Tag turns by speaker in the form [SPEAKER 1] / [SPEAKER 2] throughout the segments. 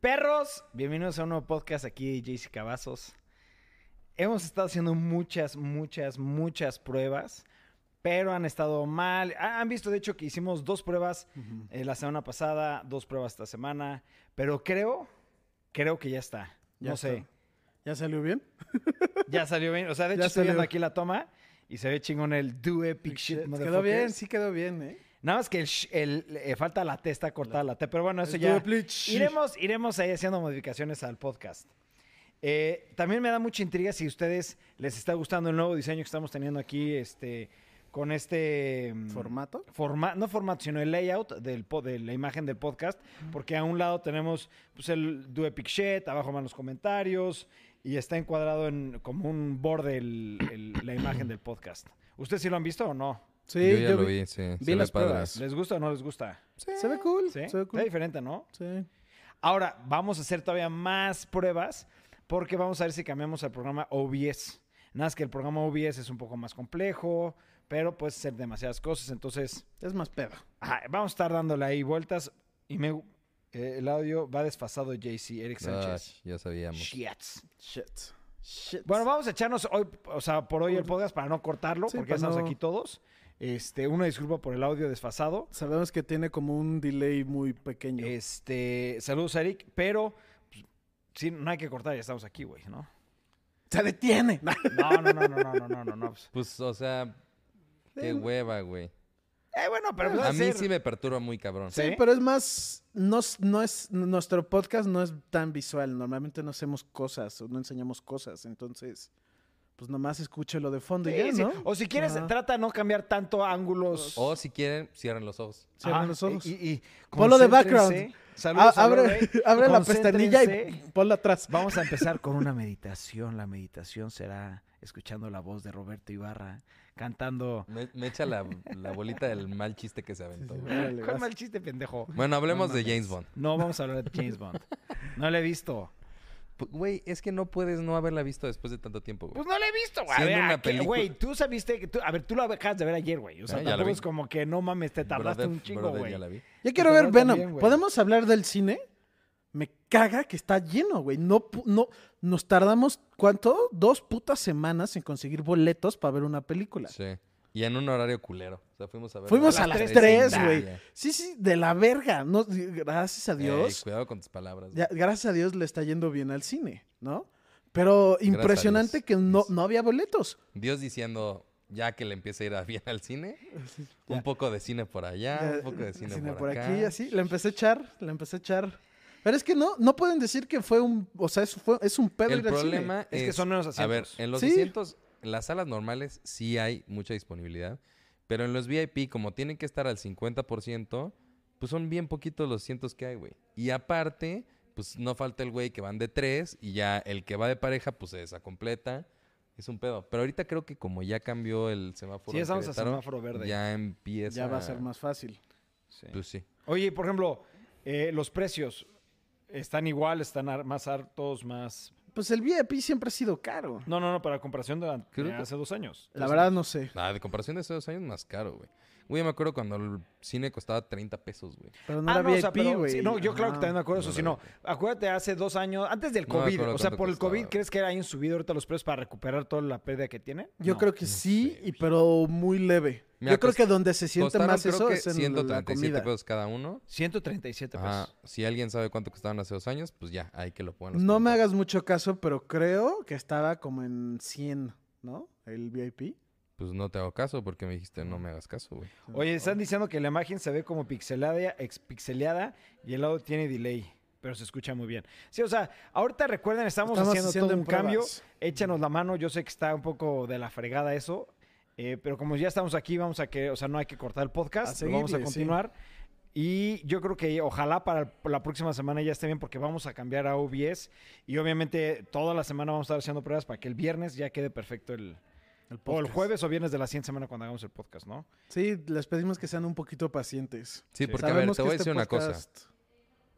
[SPEAKER 1] perros, bienvenidos a un nuevo podcast aquí de JC Cavazos. Hemos estado haciendo muchas, muchas, muchas pruebas, pero han estado mal. Ah, Han visto, de hecho, que hicimos dos pruebas eh, la semana pasada, dos pruebas esta semana, pero creo, creo que ya está.
[SPEAKER 2] Ya
[SPEAKER 1] no
[SPEAKER 2] está.
[SPEAKER 1] sé,
[SPEAKER 2] ¿Ya salió bien?
[SPEAKER 1] ya salió bien. O sea, de
[SPEAKER 2] Ya
[SPEAKER 1] hecho, estoy viendo
[SPEAKER 2] salió.
[SPEAKER 1] aquí la toma y se ve chingón el do epic shit,
[SPEAKER 2] quedó bien,
[SPEAKER 1] motherfuckers.
[SPEAKER 2] sí quedó bien, ¿eh?
[SPEAKER 1] Nada más que el, sh- el- eh, falta la testa, cortar la T, pero bueno, eso
[SPEAKER 2] El
[SPEAKER 1] ya.
[SPEAKER 2] doble ch-
[SPEAKER 1] Iremos, iremos ahí haciendo modificaciones al podcast. Eh, también me da mucha intriga si a ustedes les está gustando el nuevo diseño que estamos teniendo aquí, este, con este mm,
[SPEAKER 2] ¿Formato?
[SPEAKER 1] forma- no formato, sino el layout del, po- de la imagen del podcast, porque a un lado tenemos pues, el Do Epic Shit, abajo van los comentarios y está encuadrado en como un borde el- el- la imagen del podcast. ¿Ustedes sí lo han visto o no?
[SPEAKER 2] Sí,
[SPEAKER 3] yo ya lo vi, sí.
[SPEAKER 2] vi
[SPEAKER 3] se ve
[SPEAKER 2] las
[SPEAKER 3] padre.
[SPEAKER 2] pruebas.
[SPEAKER 1] ¿Les gusta o no les gusta?
[SPEAKER 2] Se ve cool,
[SPEAKER 1] ¿Sí?
[SPEAKER 2] se ve
[SPEAKER 1] Está
[SPEAKER 2] cool.
[SPEAKER 1] diferente, ¿no?
[SPEAKER 2] Sí.
[SPEAKER 1] Ahora, vamos a hacer todavía más pruebas porque vamos a ver si cambiamos al programa OBS. Nada más que el programa OBS es un poco más complejo, pero puedes hacer demasiadas cosas. Entonces,
[SPEAKER 2] Es más pedo.
[SPEAKER 1] ajá, vamos a estar dándole ahí vueltas. Y me, eh, el audio va desfasado, JC, Eric
[SPEAKER 3] Ah,
[SPEAKER 1] Sánchez.
[SPEAKER 3] ya sabíamos.
[SPEAKER 1] Shits.
[SPEAKER 2] Shit. Shit.
[SPEAKER 1] Bueno, vamos a echarnos hoy, o sea, por hoy el podcast para no cortarlo,
[SPEAKER 2] Sí,
[SPEAKER 1] porque ya
[SPEAKER 2] para
[SPEAKER 1] estamos
[SPEAKER 2] no-
[SPEAKER 1] aquí todos. Este, una disculpa por el audio desfasado.
[SPEAKER 2] Sabemos que tiene como un delay muy pequeño.
[SPEAKER 1] Este, saludos, Eric, pero pues, sí, no hay que cortar, ya estamos aquí, güey, ¿no?
[SPEAKER 2] ¡Se detiene!
[SPEAKER 1] No, no, no, no, no, no, no, no. no. pues.
[SPEAKER 3] Pues, o sea, qué hueva, güey.
[SPEAKER 1] Eh, bueno, pero pues, va
[SPEAKER 3] A mí
[SPEAKER 1] ser-
[SPEAKER 3] sí me perturba muy cabrón.
[SPEAKER 1] Sí.
[SPEAKER 2] Sí, pero es más... No, es- no es... Nuestro podcast no es tan visual. Normalmente no hacemos cosas o no enseñamos cosas. Entonces, pues nomás escuche lo de fondo y
[SPEAKER 1] Sí,
[SPEAKER 2] ya,
[SPEAKER 1] sí. Oh,
[SPEAKER 2] ¿no?
[SPEAKER 1] O si quieres,
[SPEAKER 2] Ajá.
[SPEAKER 1] trata de no cambiar tanto ángulos.
[SPEAKER 3] O si quieren, cierren los ojos.
[SPEAKER 2] Cierra
[SPEAKER 1] Ajá,
[SPEAKER 2] los ojos.
[SPEAKER 1] ah, Y, y- y
[SPEAKER 2] Ponlo de
[SPEAKER 1] concéntrense.
[SPEAKER 2] background.
[SPEAKER 1] Saludos,
[SPEAKER 2] Ah, abre
[SPEAKER 1] saludos,
[SPEAKER 2] abre la
[SPEAKER 1] Concéntrense.
[SPEAKER 2] pestañilla y ponla atrás.
[SPEAKER 1] Vamos a empezar con una meditación. La meditación será escuchando la voz de Roberto Ibarra cantando.
[SPEAKER 3] Me, me echa la, la bolita del mal chiste que se aventó. güey.
[SPEAKER 2] Órale,
[SPEAKER 1] ¿Cuál
[SPEAKER 2] vas.
[SPEAKER 1] mal chiste, pendejo?
[SPEAKER 3] Bueno, hablemos de James Bond.
[SPEAKER 1] No vamos a hablar de James Bond. No la he visto.
[SPEAKER 3] P- Güey, es que no puedes no haberla visto después de tanto tiempo, güey.
[SPEAKER 1] Pues no la he visto, güey. A
[SPEAKER 3] Siendo
[SPEAKER 1] ver,
[SPEAKER 3] una
[SPEAKER 1] ¿a qué,
[SPEAKER 3] película-
[SPEAKER 1] güey, tú sabiste que tú, a ver, tú la acabas de ver ayer, güey. O sea,
[SPEAKER 3] Ah, ya la
[SPEAKER 1] tampoco
[SPEAKER 3] vi.
[SPEAKER 1] es como que no mames, te tardaste
[SPEAKER 3] Brother-
[SPEAKER 1] un chingo,
[SPEAKER 3] brother,
[SPEAKER 1] güey.
[SPEAKER 3] ya la vi.
[SPEAKER 2] Yo
[SPEAKER 1] Pero
[SPEAKER 2] quiero ver
[SPEAKER 1] yo
[SPEAKER 2] Venom.
[SPEAKER 1] también, güey.
[SPEAKER 2] ¿Podemos hablar del cine? Me caga que está lleno, güey. No, pu- no, nos tardamos, ¿cuánto? Dos putas semanas en conseguir boletos para ver una película.
[SPEAKER 3] Sí. Y en un horario culero. O sea, fuimos a ver.
[SPEAKER 2] Fuimos
[SPEAKER 1] A
[SPEAKER 2] a
[SPEAKER 1] las
[SPEAKER 2] las
[SPEAKER 1] tres,
[SPEAKER 2] tres,
[SPEAKER 1] sí,
[SPEAKER 2] güey.
[SPEAKER 3] ya.
[SPEAKER 2] Sí, sí, de la verga. No, gracias a Dios.
[SPEAKER 3] Ey, cuidado con tus palabras. güey.
[SPEAKER 2] ya- gracias a Dios le está yendo bien al cine, ¿no? Pero
[SPEAKER 3] Dios,
[SPEAKER 2] impresionante que no,
[SPEAKER 3] dice.
[SPEAKER 2] no había boletos.
[SPEAKER 3] Dios diciendo, ya que le empieza a ir a bien al cine, un poco de cine por allá,
[SPEAKER 2] Ya,
[SPEAKER 3] un poco de cine, por, acá.
[SPEAKER 2] aquí, así. Le empecé a echar, le empecé a echar. Pero es que no, no pueden decir que fue un, o sea, es, fue, es un pedo
[SPEAKER 3] El
[SPEAKER 2] ir al cine.
[SPEAKER 3] problema
[SPEAKER 1] Es
[SPEAKER 3] es,
[SPEAKER 1] que son menos
[SPEAKER 3] A ver,
[SPEAKER 1] asientos.
[SPEAKER 3] en los
[SPEAKER 2] Sí.
[SPEAKER 3] asientos, en las salas normales sí hay mucha disponibilidad, pero en los VIP, como tienen que estar al 50%, pues son bien poquitos los asientos que hay, güey. Y aparte, pues no falta el güey que van de tres y ya el que va de pareja, pues se desacompleta. Es un pedo. Pero ahorita creo que como ya cambió el semáforo.
[SPEAKER 1] Sí,
[SPEAKER 3] en
[SPEAKER 1] ya estamos a
[SPEAKER 3] Querétaro,
[SPEAKER 1] semáforo verde.
[SPEAKER 3] Ya empieza.
[SPEAKER 2] Ya va a ser más fácil.
[SPEAKER 1] Sí.
[SPEAKER 3] Pues sí.
[SPEAKER 1] Oye, por ejemplo, eh, los precios están igual, están ar- más hartos, más.
[SPEAKER 2] Pues el VIP siempre ha sido caro.
[SPEAKER 1] No, no, no, para comparación de, la-
[SPEAKER 3] Creo
[SPEAKER 1] de
[SPEAKER 3] que-
[SPEAKER 1] hace dos años.
[SPEAKER 2] La verdad no sé.
[SPEAKER 3] Nada, Ah, de comparación de esos dos años, más caro, güey. Güey, me acuerdo cuando el cine costaba 30 pesos, güey.
[SPEAKER 2] Pero no
[SPEAKER 1] Ah,
[SPEAKER 2] era
[SPEAKER 1] no, o sea,
[SPEAKER 2] VIP, güey.
[SPEAKER 1] pero- sí, no, yo claro que
[SPEAKER 2] Ajá.
[SPEAKER 1] también me acuerdo
[SPEAKER 3] No
[SPEAKER 1] eso,
[SPEAKER 3] era
[SPEAKER 1] sino,
[SPEAKER 3] VIP.
[SPEAKER 1] acuérdate, hace dos años, antes del
[SPEAKER 3] No me
[SPEAKER 1] COVID,
[SPEAKER 3] acuerdo
[SPEAKER 1] o sea,
[SPEAKER 3] cuánto
[SPEAKER 1] por el COVID,
[SPEAKER 3] costaba.
[SPEAKER 1] ¿crees que hayan subido ahorita los precios para recuperar toda la pérdida que tiene?
[SPEAKER 2] Yo
[SPEAKER 1] No.
[SPEAKER 2] creo que sí,
[SPEAKER 3] sé,
[SPEAKER 2] y pero muy leve.
[SPEAKER 3] Mm, Mira,
[SPEAKER 2] yo creo
[SPEAKER 3] cost-
[SPEAKER 2] que donde se siente
[SPEAKER 3] Costaron,
[SPEAKER 2] más
[SPEAKER 3] creo
[SPEAKER 2] eso
[SPEAKER 3] que
[SPEAKER 2] es en la
[SPEAKER 3] 137
[SPEAKER 2] comida.
[SPEAKER 3] pesos cada uno.
[SPEAKER 1] 137 pesos.
[SPEAKER 3] Ajá, si alguien sabe cuánto costaban hace dos años, pues ya, ahí que lo pongan. los
[SPEAKER 2] No me
[SPEAKER 3] comentarios.
[SPEAKER 2] hagas mucho caso, pero creo que estaba como en 100, ¿no? El VIP.
[SPEAKER 3] Pues no te hago caso porque me dijiste no me hagas caso, güey.
[SPEAKER 1] Oye, están diciendo que la imagen se ve como pixelada, expixeleada y el lado tiene delay, pero se escucha muy bien. Sí, o sea, ahorita recuerden, estamos,
[SPEAKER 2] Estamos
[SPEAKER 1] haciendo,
[SPEAKER 2] haciendo
[SPEAKER 1] todo un
[SPEAKER 2] pruebas.
[SPEAKER 1] cambio. Échanos la mano, yo sé que está un poco de la fregada eso, eh, pero como ya estamos aquí, vamos a que, o sea, no hay que cortar el podcast,
[SPEAKER 2] A
[SPEAKER 1] lo vamos a
[SPEAKER 2] seguirle, sí.
[SPEAKER 1] continuar. Y yo creo que ojalá para la próxima semana ya esté bien porque vamos a cambiar a OBS y obviamente toda la semana vamos a estar haciendo pruebas para que el viernes ya quede perfecto el... O el
[SPEAKER 2] podcast.
[SPEAKER 1] jueves o viernes de la siguiente semana cuando hagamos el podcast, ¿no?
[SPEAKER 2] Sí, les pedimos que sean un poquito pacientes.
[SPEAKER 1] Sí.
[SPEAKER 3] Sí, porque a ver,
[SPEAKER 2] Sabemos
[SPEAKER 3] te
[SPEAKER 2] que
[SPEAKER 3] voy a
[SPEAKER 2] este
[SPEAKER 3] decir una cosa.
[SPEAKER 2] podcast-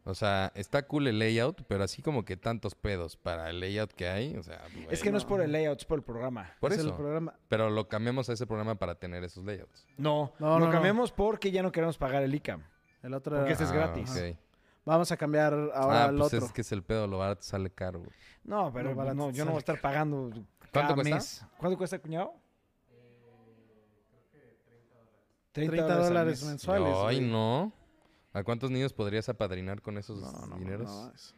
[SPEAKER 3] O sea, está cool el layout, pero así como que tantos pedos para el layout que hay, o sea,
[SPEAKER 1] Es que no es por el layout, es por el programa.
[SPEAKER 3] Por
[SPEAKER 2] es el
[SPEAKER 3] eso.
[SPEAKER 2] programa.
[SPEAKER 3] Pero lo cambiamos a ese programa para tener esos layouts.
[SPEAKER 1] No,
[SPEAKER 2] No,
[SPEAKER 1] lo
[SPEAKER 2] no, no.
[SPEAKER 1] cambiamos porque ya no queremos pagar el ICAM.
[SPEAKER 2] El otro
[SPEAKER 1] Porque
[SPEAKER 2] era-
[SPEAKER 1] este es
[SPEAKER 3] Ah,
[SPEAKER 1] gratis.
[SPEAKER 3] ok.
[SPEAKER 2] Vamos a cambiar ahora
[SPEAKER 3] ah,
[SPEAKER 2] al
[SPEAKER 3] pues
[SPEAKER 2] otro.
[SPEAKER 3] es que es el pedo, lo barato sale caro, güey.
[SPEAKER 1] No, pero
[SPEAKER 2] No,
[SPEAKER 1] pues,
[SPEAKER 2] barato,
[SPEAKER 1] no, yo no
[SPEAKER 2] sale
[SPEAKER 1] voy a estar pagando cada
[SPEAKER 3] ¿Cuánto cuesta?
[SPEAKER 1] mes. ¿Cuánto cuesta, cuñado? Eh,
[SPEAKER 2] 30
[SPEAKER 1] al
[SPEAKER 2] dólares
[SPEAKER 1] mes.
[SPEAKER 2] mensuales.
[SPEAKER 3] Ay,
[SPEAKER 2] güey.
[SPEAKER 3] no. ¿A cuántos niños podrías apadrinar con esos
[SPEAKER 2] No, no, no,
[SPEAKER 3] dineros?
[SPEAKER 2] no, es-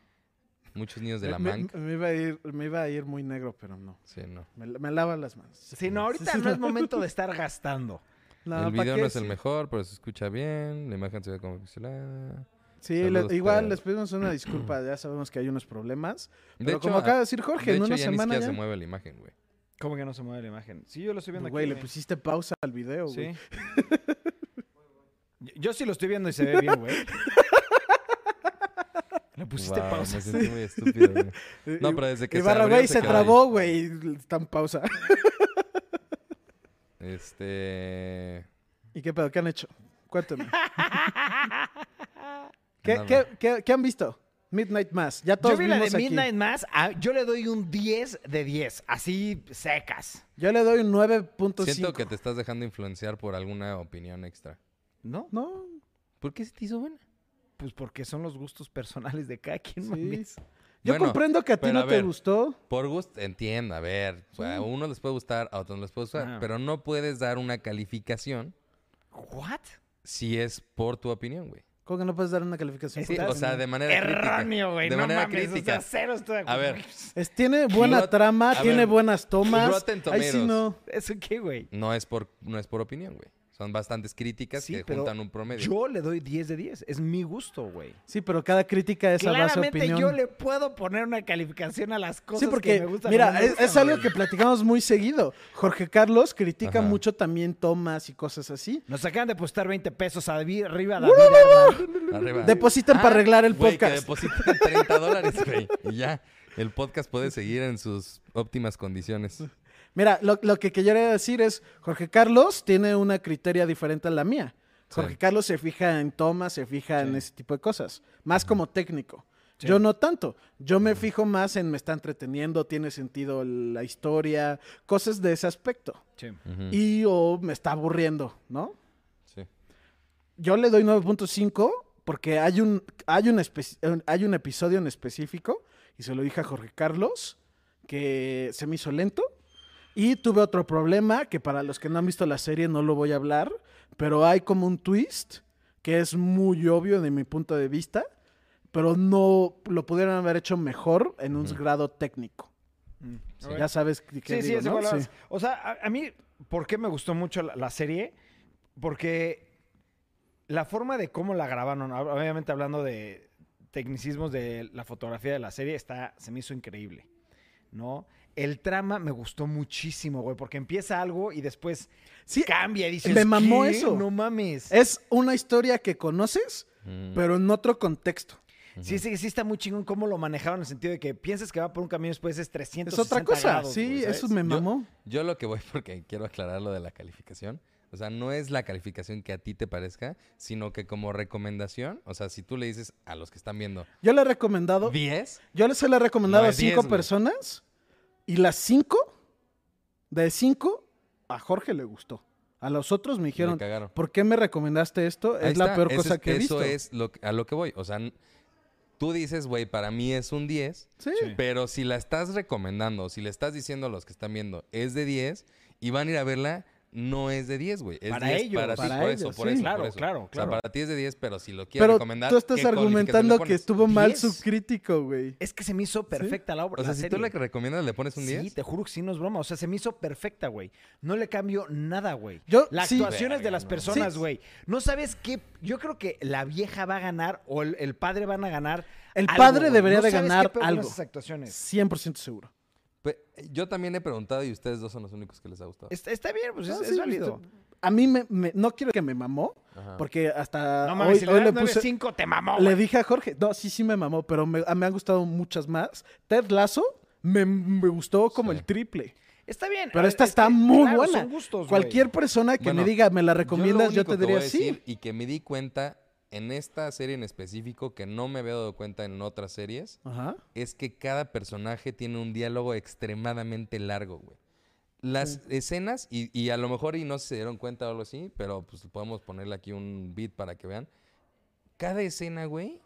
[SPEAKER 3] Muchos niños de
[SPEAKER 2] Me-
[SPEAKER 3] la
[SPEAKER 2] me,
[SPEAKER 3] manca.
[SPEAKER 2] me iba a ir, me iba a ir muy negro, pero no.
[SPEAKER 3] Sí, no.
[SPEAKER 2] Me, me lava las manos.
[SPEAKER 1] Sí, no, ahorita no es momento de estar gastando.
[SPEAKER 2] No,
[SPEAKER 3] el
[SPEAKER 2] ¿pa'
[SPEAKER 3] video
[SPEAKER 2] qué?
[SPEAKER 3] no es el
[SPEAKER 2] Sí.
[SPEAKER 3] mejor, pero se escucha bien. La imagen se ve como pixelada.
[SPEAKER 2] Sí,
[SPEAKER 3] Saludos,
[SPEAKER 2] le- igual
[SPEAKER 3] pero-
[SPEAKER 2] les pedimos una disculpa, ya sabemos que hay unos problemas.
[SPEAKER 3] De
[SPEAKER 2] pero
[SPEAKER 3] hecho,
[SPEAKER 2] como
[SPEAKER 3] ah,
[SPEAKER 2] acaba de decir
[SPEAKER 3] de
[SPEAKER 2] Jorge, en
[SPEAKER 3] hecho,
[SPEAKER 2] una
[SPEAKER 3] ya ni
[SPEAKER 2] semana
[SPEAKER 3] siquiera
[SPEAKER 2] ya... Pues,
[SPEAKER 3] se mueve la imagen, güey.
[SPEAKER 1] ¿Cómo que no se mueve la imagen? Sí, yo lo estoy viendo
[SPEAKER 2] Güey,
[SPEAKER 1] aquí.
[SPEAKER 2] le pusiste pausa al video, güey.
[SPEAKER 1] Sí. Yo- Yo sí lo estoy viendo y se ve bien, güey. Le
[SPEAKER 2] Pues,
[SPEAKER 1] pusiste
[SPEAKER 3] Guau,
[SPEAKER 1] pausa.
[SPEAKER 3] Me sentí muy estúpido, güey. No,
[SPEAKER 2] Y-
[SPEAKER 3] pero desde que se
[SPEAKER 2] Ibarra,
[SPEAKER 3] abrió,
[SPEAKER 2] güey,
[SPEAKER 3] se
[SPEAKER 2] se
[SPEAKER 3] quedó ahí.
[SPEAKER 2] trabó, güey. y Está en pausa.
[SPEAKER 3] Este.
[SPEAKER 2] ¿Y qué pedo? ¿Qué han hecho? Cuéntame. ¿Qué,
[SPEAKER 3] Nada.
[SPEAKER 2] qué, qué, qué han visto? Midnight Mass. Ya todos
[SPEAKER 1] Yo vi la de
[SPEAKER 2] vimos aquí.
[SPEAKER 1] Midnight Mass, ah, yo le doy un 10 de 10, así secas.
[SPEAKER 2] Yo le doy un 9.5.
[SPEAKER 3] Siento que te estás dejando influenciar por alguna opinión extra.
[SPEAKER 1] ¿No?
[SPEAKER 2] No,
[SPEAKER 3] ¿Por qué se te hizo buena?
[SPEAKER 1] Pues porque son los gustos personales de cada quien.
[SPEAKER 2] sí.
[SPEAKER 1] mames.
[SPEAKER 2] Yo
[SPEAKER 3] Bueno,
[SPEAKER 2] comprendo que a ti
[SPEAKER 3] pero
[SPEAKER 2] no
[SPEAKER 3] a
[SPEAKER 2] te
[SPEAKER 3] ver.
[SPEAKER 2] gustó.
[SPEAKER 3] Por gusto, entiendo, a ver. o sea, a uno les puede gustar, a otros no les puede gustar,
[SPEAKER 1] Ah.
[SPEAKER 3] pero no puedes dar una calificación
[SPEAKER 1] ¿What?
[SPEAKER 3] si es por tu opinión, güey.
[SPEAKER 2] ¿Cómo que no puedes dar una calificación?
[SPEAKER 3] Sí,
[SPEAKER 2] por
[SPEAKER 3] o
[SPEAKER 2] tu
[SPEAKER 3] sea,
[SPEAKER 2] opinión?
[SPEAKER 3] de manera
[SPEAKER 1] Erróneo,
[SPEAKER 3] crítica.
[SPEAKER 1] güey.
[SPEAKER 3] De
[SPEAKER 1] No
[SPEAKER 3] manera
[SPEAKER 1] mames, o sea,
[SPEAKER 3] crítica.
[SPEAKER 1] cero estoy de
[SPEAKER 3] A
[SPEAKER 1] acuerdo.
[SPEAKER 3] ver.
[SPEAKER 2] Es- tiene buena
[SPEAKER 3] Rot-
[SPEAKER 2] trama,
[SPEAKER 3] a
[SPEAKER 2] tiene
[SPEAKER 3] ver,
[SPEAKER 2] buenas tomas.
[SPEAKER 3] Rotten
[SPEAKER 2] Ahí sí
[SPEAKER 3] Tomatoes.
[SPEAKER 2] no.
[SPEAKER 1] ¿Eso qué, güey?
[SPEAKER 3] No es por, no es por opinión, güey. Son bastantes críticas
[SPEAKER 1] Sí,
[SPEAKER 3] que
[SPEAKER 1] pero
[SPEAKER 3] juntan un promedio.
[SPEAKER 1] Yo le doy 10 de 10. Es mi gusto, güey.
[SPEAKER 2] Sí, pero cada crítica es a base de
[SPEAKER 1] Claramente
[SPEAKER 2] opinión.
[SPEAKER 1] yo le puedo poner una calificación a las cosas
[SPEAKER 2] Sí, porque,
[SPEAKER 1] que me gustan. o no
[SPEAKER 2] mira,
[SPEAKER 1] me
[SPEAKER 2] es,
[SPEAKER 1] gustan,
[SPEAKER 2] es algo
[SPEAKER 1] güey.
[SPEAKER 2] que platicamos muy seguido. Jorge Carlos critica
[SPEAKER 3] Ajá.
[SPEAKER 2] mucho también tomas y cosas así.
[SPEAKER 1] Nos acaban de apostar 20 pesos a David, arriba David. Arnal.
[SPEAKER 3] Arriba. Ah,
[SPEAKER 2] Depositan para arreglar el
[SPEAKER 3] Güey,
[SPEAKER 2] podcast.
[SPEAKER 3] que depositen 30 dólares, güey. Y ya. El podcast puede seguir en sus óptimas condiciones.
[SPEAKER 2] Mira, lo, lo que quería decir es, Jorge Carlos tiene una criteria diferente a la mía. Jorge
[SPEAKER 3] Sí.
[SPEAKER 2] Carlos se fija en tomas, se fija en ese tipo de cosas, más como técnico.
[SPEAKER 1] Sí.
[SPEAKER 2] Yo no tanto, yo me fijo más en me está entreteniendo, tiene sentido la historia, cosas de ese aspecto.
[SPEAKER 3] Ujú,
[SPEAKER 2] Y o me está aburriendo, ¿no?
[SPEAKER 3] sí.
[SPEAKER 2] Yo le doy 9.5 porque hay un, hay, un espe- eh, hay un episodio en específico, y se lo dije a Jorge Carlos, que se me hizo lento. Y tuve otro problema, que para los que no han visto la serie no lo voy a hablar, pero hay como un twist que es muy obvio de mi punto de vista, pero no lo pudieron haber hecho mejor en un
[SPEAKER 3] Ujú.
[SPEAKER 2] grado técnico.
[SPEAKER 1] Mm.
[SPEAKER 3] Sí.
[SPEAKER 1] A ver.
[SPEAKER 2] Ya sabes que, que
[SPEAKER 1] Sí, sí,
[SPEAKER 2] digo,
[SPEAKER 1] es
[SPEAKER 2] ¿no?
[SPEAKER 1] igual a
[SPEAKER 2] Sí.
[SPEAKER 1] las- O sea, a, a mí, ¿por qué me gustó mucho la, la serie? Porque la forma de cómo la grabaron, ob- obviamente hablando de tecnicismos de la fotografía de la serie, está, se me hizo increíble, ¿no? El trama me gustó muchísimo, güey, porque empieza algo y después
[SPEAKER 2] Sí,
[SPEAKER 1] cambia y dices,
[SPEAKER 2] me mamó
[SPEAKER 1] "¿Qué?
[SPEAKER 2] eso". Eh,
[SPEAKER 1] No mames.
[SPEAKER 2] es una historia que conoces,
[SPEAKER 3] Mm,
[SPEAKER 2] pero en otro contexto.
[SPEAKER 3] ujú.
[SPEAKER 1] Sí, sí, sí está muy chingón cómo lo manejaron en el sentido de que piensas que va por un camino y después es 360
[SPEAKER 2] Es otra cosa,
[SPEAKER 1] grados,
[SPEAKER 2] sí,
[SPEAKER 1] güey, ¿sabes?
[SPEAKER 2] eso me
[SPEAKER 3] Yo-
[SPEAKER 2] mamó.
[SPEAKER 3] Yo lo que voy, porque quiero aclarar lo de la calificación. O sea, no es la calificación que a ti te parezca, sino que como recomendación, o sea, si tú le dices a los que están viendo
[SPEAKER 2] Yo le he recomendado,
[SPEAKER 3] 10,
[SPEAKER 2] yo les he recomendado
[SPEAKER 3] No,
[SPEAKER 2] a
[SPEAKER 3] es 10,
[SPEAKER 2] cinco
[SPEAKER 3] güey.
[SPEAKER 2] personas y las cinco, de cinco, a Jorge le gustó. A los otros me
[SPEAKER 3] me
[SPEAKER 2] dijeron,
[SPEAKER 3] cagaron.
[SPEAKER 2] ¿por qué me recomendaste esto? Es
[SPEAKER 3] Ahí
[SPEAKER 2] la
[SPEAKER 3] está,
[SPEAKER 2] peor
[SPEAKER 3] eso
[SPEAKER 2] cosa
[SPEAKER 3] es-
[SPEAKER 2] que he
[SPEAKER 3] Eso
[SPEAKER 2] visto.
[SPEAKER 3] es lo, que- a lo que voy. O sea, n- tú dices, güey, para mí es un 10,
[SPEAKER 2] Sí.
[SPEAKER 1] Sí.
[SPEAKER 3] Pero si la estás recomendando, si le estás diciendo a los que están viendo, es de 10 y van a ir a verla, no es de 10, güey. Es
[SPEAKER 1] Para
[SPEAKER 3] 10
[SPEAKER 1] ellos,
[SPEAKER 3] para ti,
[SPEAKER 2] para
[SPEAKER 3] por
[SPEAKER 2] ellos,
[SPEAKER 3] eso, por
[SPEAKER 2] sí.
[SPEAKER 3] eso.
[SPEAKER 1] Claro,
[SPEAKER 3] por eso.
[SPEAKER 1] claro,
[SPEAKER 3] O sea,
[SPEAKER 1] claro.
[SPEAKER 3] para ti es de 10, pero si lo quieres
[SPEAKER 2] Pero
[SPEAKER 3] recomendar.
[SPEAKER 2] tú estás
[SPEAKER 3] ¿qué calificación
[SPEAKER 2] argumentando
[SPEAKER 3] le
[SPEAKER 2] que
[SPEAKER 3] pones?
[SPEAKER 2] estuvo mal
[SPEAKER 1] 10.
[SPEAKER 2] su crítico, güey.
[SPEAKER 1] Es que se me hizo perfecta la obra.
[SPEAKER 3] O sea,
[SPEAKER 1] la
[SPEAKER 3] si tú
[SPEAKER 1] serie.
[SPEAKER 3] le recomiendas, le pones un 10.
[SPEAKER 1] Sí, te juro que sí, no es broma. O sea, se me hizo perfecta, güey. No le cambio nada, güey.
[SPEAKER 2] Yo-
[SPEAKER 1] Las
[SPEAKER 2] sí.
[SPEAKER 1] actuaciones de
[SPEAKER 3] Verga,
[SPEAKER 1] las
[SPEAKER 3] no.
[SPEAKER 1] personas,
[SPEAKER 2] Sí.
[SPEAKER 1] güey. No sabes qué. Yo creo que la vieja va a ganar o el, el padre van a ganar.
[SPEAKER 2] El
[SPEAKER 1] algo,
[SPEAKER 2] padre
[SPEAKER 1] güey.
[SPEAKER 2] debería
[SPEAKER 1] No
[SPEAKER 2] de
[SPEAKER 1] sabes qué
[SPEAKER 2] ganar
[SPEAKER 1] pedo con
[SPEAKER 2] algo.
[SPEAKER 1] esas actuaciones.
[SPEAKER 2] 100% seguro.
[SPEAKER 3] Pe- yo también he preguntado y ustedes dos son los únicos que les ha gustado.
[SPEAKER 1] Está, está bien, pues es,
[SPEAKER 2] Ah,
[SPEAKER 1] es
[SPEAKER 2] sí,
[SPEAKER 1] válido. Ah.
[SPEAKER 2] esto- A mí me, me- no quiero que me mamó,
[SPEAKER 3] Ajá.
[SPEAKER 2] porque hasta
[SPEAKER 1] No
[SPEAKER 2] hoy,
[SPEAKER 1] mames, si
[SPEAKER 2] hoy
[SPEAKER 1] le
[SPEAKER 2] le
[SPEAKER 1] das
[SPEAKER 2] puse...
[SPEAKER 1] 9.5, te mamó.
[SPEAKER 2] Le
[SPEAKER 1] güey.
[SPEAKER 2] dije a Jorge, no, sí, sí me mamó, pero me, a- me han gustado muchas más. Ted Lasso me, me gustó como
[SPEAKER 3] Sí.
[SPEAKER 2] el triple.
[SPEAKER 1] Está bien.
[SPEAKER 2] Pero
[SPEAKER 1] a-
[SPEAKER 2] esta
[SPEAKER 1] es
[SPEAKER 2] está
[SPEAKER 1] que,
[SPEAKER 2] muy
[SPEAKER 1] claro,
[SPEAKER 2] buena.
[SPEAKER 1] son gustos, güey.
[SPEAKER 2] Cualquier persona que
[SPEAKER 3] Bueno,
[SPEAKER 2] me diga, me la
[SPEAKER 3] Yo lo
[SPEAKER 2] recomiendas, yo,
[SPEAKER 3] único
[SPEAKER 2] te
[SPEAKER 3] que voy
[SPEAKER 2] diría
[SPEAKER 3] a decir
[SPEAKER 2] sí.
[SPEAKER 3] Y que me di cuenta en esta serie en específico, que no me había dado cuenta en otras series,
[SPEAKER 2] Ajá.
[SPEAKER 3] es que cada personaje tiene un diálogo extremadamente largo, güey. Las escenas, y, y a lo mejor y no se dieron cuenta o algo así, pero pues podemos ponerle aquí un beat para que vean. Cada escena, güey,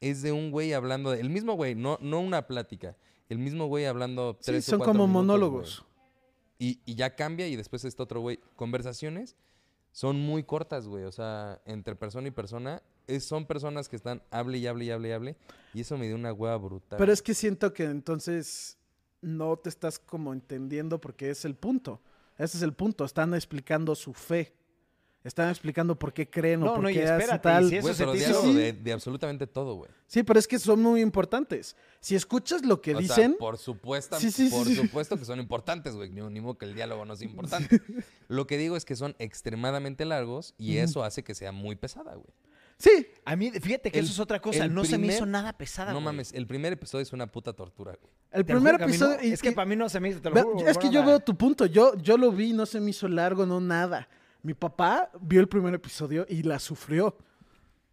[SPEAKER 3] es de un güey hablando de. El mismo güey, no, no una plática. El mismo güey hablando
[SPEAKER 2] Sí,
[SPEAKER 3] tres o
[SPEAKER 2] son
[SPEAKER 3] cuatro
[SPEAKER 2] como
[SPEAKER 3] minutos,
[SPEAKER 2] monólogos.
[SPEAKER 3] güey. Y, y ya cambia y después está otro güey. Conversaciones son muy cortas, güey. O sea, entre persona y persona. es- son personas que están hable y hable y hable y hable. Y eso me dio una hueva brutal.
[SPEAKER 2] Pero es que siento que entonces no te estás como entendiendo porque es el punto. Ese es el punto. Están explicando su fe. Están explicando por qué creen
[SPEAKER 1] No,
[SPEAKER 2] o por
[SPEAKER 1] no, y
[SPEAKER 2] qué hacen
[SPEAKER 1] espérate, y
[SPEAKER 2] tal.
[SPEAKER 1] si eso
[SPEAKER 3] Güey,
[SPEAKER 1] se
[SPEAKER 3] pero
[SPEAKER 1] te
[SPEAKER 3] de
[SPEAKER 2] hizo-
[SPEAKER 3] algo, de, de absolutamente todo, güey.
[SPEAKER 2] Sí, pero es que son muy importantes. Si escuchas lo que
[SPEAKER 3] O sea,
[SPEAKER 2] dicen,
[SPEAKER 3] por supuesto,
[SPEAKER 2] Sí, sí, sí,
[SPEAKER 3] por
[SPEAKER 2] sí.
[SPEAKER 3] supuesto que son importantes, güey. Ni, ni modo que el diálogo no sea importante. Lo que digo es que son extremadamente largos y
[SPEAKER 2] Ujú.
[SPEAKER 3] eso hace que sea muy pesada, güey.
[SPEAKER 2] sí,
[SPEAKER 1] A mí, fíjate que
[SPEAKER 3] El-
[SPEAKER 1] eso es otra cosa.
[SPEAKER 3] el
[SPEAKER 1] No se me
[SPEAKER 3] primer-
[SPEAKER 1] hizo nada pesada.
[SPEAKER 3] No
[SPEAKER 1] güey.
[SPEAKER 3] mames, el primer episodio es una puta tortura, güey.
[SPEAKER 2] el
[SPEAKER 1] Te lo
[SPEAKER 2] primer
[SPEAKER 1] juro que a mí no-
[SPEAKER 2] episodio. y-
[SPEAKER 1] es que
[SPEAKER 2] y-
[SPEAKER 1] para mí no se me hizo. te lo
[SPEAKER 2] Ve-
[SPEAKER 1] juro,
[SPEAKER 2] es que yo
[SPEAKER 1] nada.
[SPEAKER 2] veo tu punto. Yo, yo lo vi, no se me hizo largo, no nada. Mi papá vio el primer episodio y la sufrió.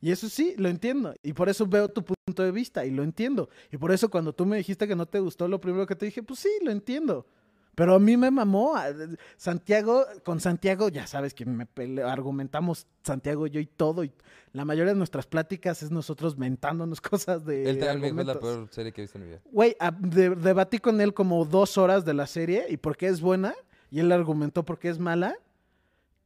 [SPEAKER 2] Y eso sí, lo entiendo. Y por eso veo tu punto de vista y lo entiendo. Y por eso cuando tú me dijiste que no te gustó, lo primero que te dije, pues sí, lo entiendo. Pero a mí me mamó. a- Santiago, con Santiago, ya sabes que me pele- argumentamos Santiago, yo y todo. Y la mayoría de nuestras pláticas es nosotros mentándonos cosas de.
[SPEAKER 3] El Trial Mix es la
[SPEAKER 2] Eh, argumentos.
[SPEAKER 3] peor serie que he visto en mi vida.
[SPEAKER 2] Güey, a- de- debatí con él como dos horas de la serie y por qué es buena. Y él argumentó por qué es mala.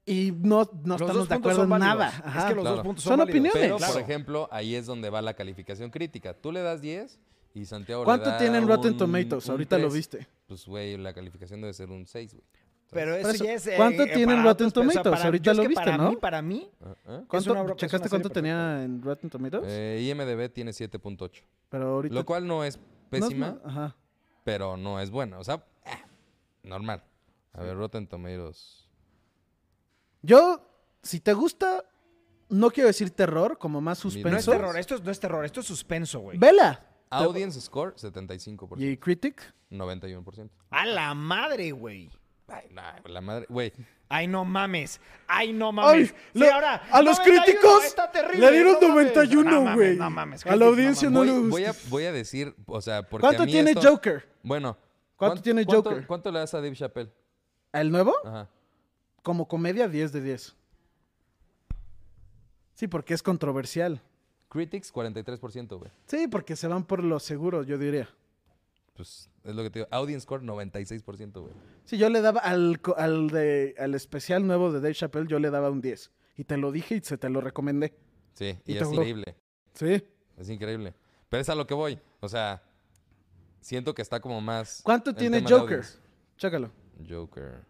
[SPEAKER 2] Y no, no
[SPEAKER 1] Los dos
[SPEAKER 2] estamos
[SPEAKER 1] puntos
[SPEAKER 2] de acuerdo
[SPEAKER 1] son
[SPEAKER 2] en
[SPEAKER 1] válidos.
[SPEAKER 2] nada.
[SPEAKER 1] Es
[SPEAKER 2] Ajá.
[SPEAKER 1] que los
[SPEAKER 3] Claro.
[SPEAKER 1] dos puntos son,
[SPEAKER 2] Son
[SPEAKER 1] válidos.
[SPEAKER 2] opiniones.
[SPEAKER 3] Pero,
[SPEAKER 1] Claro.
[SPEAKER 3] por ejemplo, ahí es donde va la calificación crítica. Tú le das 10 y Santiago le
[SPEAKER 2] ¿Cuánto
[SPEAKER 3] da
[SPEAKER 2] tienen Rotten
[SPEAKER 3] un-
[SPEAKER 2] Tomatoes?
[SPEAKER 3] un
[SPEAKER 2] Ahorita lo
[SPEAKER 3] tres.
[SPEAKER 2] viste.
[SPEAKER 3] Pues, güey, la calificación debe ser un 6, güey. Entonces,
[SPEAKER 1] Pero eso,
[SPEAKER 2] Por eso,
[SPEAKER 1] ya es.
[SPEAKER 2] ¿cuánto tienen
[SPEAKER 1] para
[SPEAKER 2] Rotten
[SPEAKER 1] otros, pero,
[SPEAKER 2] Tomatoes?
[SPEAKER 1] para-
[SPEAKER 2] Ahorita
[SPEAKER 1] yo es
[SPEAKER 2] lo
[SPEAKER 1] que
[SPEAKER 2] viste,
[SPEAKER 1] para
[SPEAKER 2] ¿no?
[SPEAKER 1] mí, para mí,
[SPEAKER 3] ¿ah, ah?
[SPEAKER 2] ¿Cuánto,
[SPEAKER 1] obra- es una
[SPEAKER 2] ¿Checaste
[SPEAKER 1] serie
[SPEAKER 2] cuánto
[SPEAKER 1] perfecta.
[SPEAKER 2] tenía en Rotten Tomatoes?
[SPEAKER 3] Eh, IMDB tiene 7.8.
[SPEAKER 2] Pero ahorita.
[SPEAKER 3] Lo cual no es pésima,
[SPEAKER 2] No, ajá.
[SPEAKER 3] pero no es buena. O sea, ah, normal. A ver, Rotten Tomatoes.
[SPEAKER 2] Yo, si te gusta, no quiero decir terror, como más suspenso.
[SPEAKER 1] no es
[SPEAKER 3] Eso-
[SPEAKER 1] terror. Esto es- no es terror, esto es suspenso, güey.
[SPEAKER 2] Vela.
[SPEAKER 3] Audience score, 75%.
[SPEAKER 2] Y Critic.
[SPEAKER 3] 91%.
[SPEAKER 1] A la madre, güey.
[SPEAKER 3] Ay, nah, la madre. Güey,
[SPEAKER 1] Ay, no mames. Ay, no mames.
[SPEAKER 2] Ay,
[SPEAKER 1] Sí,
[SPEAKER 2] le-
[SPEAKER 1] ahora,
[SPEAKER 2] a los
[SPEAKER 1] 91,
[SPEAKER 2] críticos
[SPEAKER 1] está terrible,
[SPEAKER 2] le dieron
[SPEAKER 1] no mames.
[SPEAKER 2] 91,
[SPEAKER 1] mames,
[SPEAKER 2] güey.
[SPEAKER 1] No mames.
[SPEAKER 2] a la audiencia no,
[SPEAKER 3] voy,
[SPEAKER 2] le gustó.
[SPEAKER 3] voy a, voy a decir, o sea, porque a
[SPEAKER 2] ¿Cuánto
[SPEAKER 3] mí
[SPEAKER 2] tiene
[SPEAKER 3] esto-
[SPEAKER 2] Joker?
[SPEAKER 3] Bueno.
[SPEAKER 2] ¿Cuánto
[SPEAKER 3] ¿cuán-
[SPEAKER 2] tiene
[SPEAKER 3] cuánto-
[SPEAKER 2] Joker?
[SPEAKER 3] ¿Cuánto le das a Dave Chappelle?
[SPEAKER 2] ¿El nuevo?
[SPEAKER 3] Ajá.
[SPEAKER 2] Como comedia, 10 de 10. Sí, porque es controversial.
[SPEAKER 3] Critics, 43%, güey.
[SPEAKER 2] Sí, porque se van por lo seguro, yo diría.
[SPEAKER 3] Pues es lo que te digo. Audience score, 96%, güey.
[SPEAKER 2] Sí, yo le daba al, co- al, de, al especial nuevo de Dave Chappelle, yo le daba un 10. Y te lo dije y se te lo recomendé.
[SPEAKER 3] Sí,
[SPEAKER 2] Y
[SPEAKER 3] y,
[SPEAKER 2] te
[SPEAKER 3] es
[SPEAKER 2] juro-
[SPEAKER 3] increíble.
[SPEAKER 2] Sí.
[SPEAKER 3] Es increíble. Pero es a lo que voy. O sea, siento que está como más.
[SPEAKER 2] ¿Cuánto
[SPEAKER 3] el
[SPEAKER 2] tiene
[SPEAKER 3] tema de
[SPEAKER 2] Joker?
[SPEAKER 3] audience.
[SPEAKER 2] Chécalo.
[SPEAKER 3] Joker.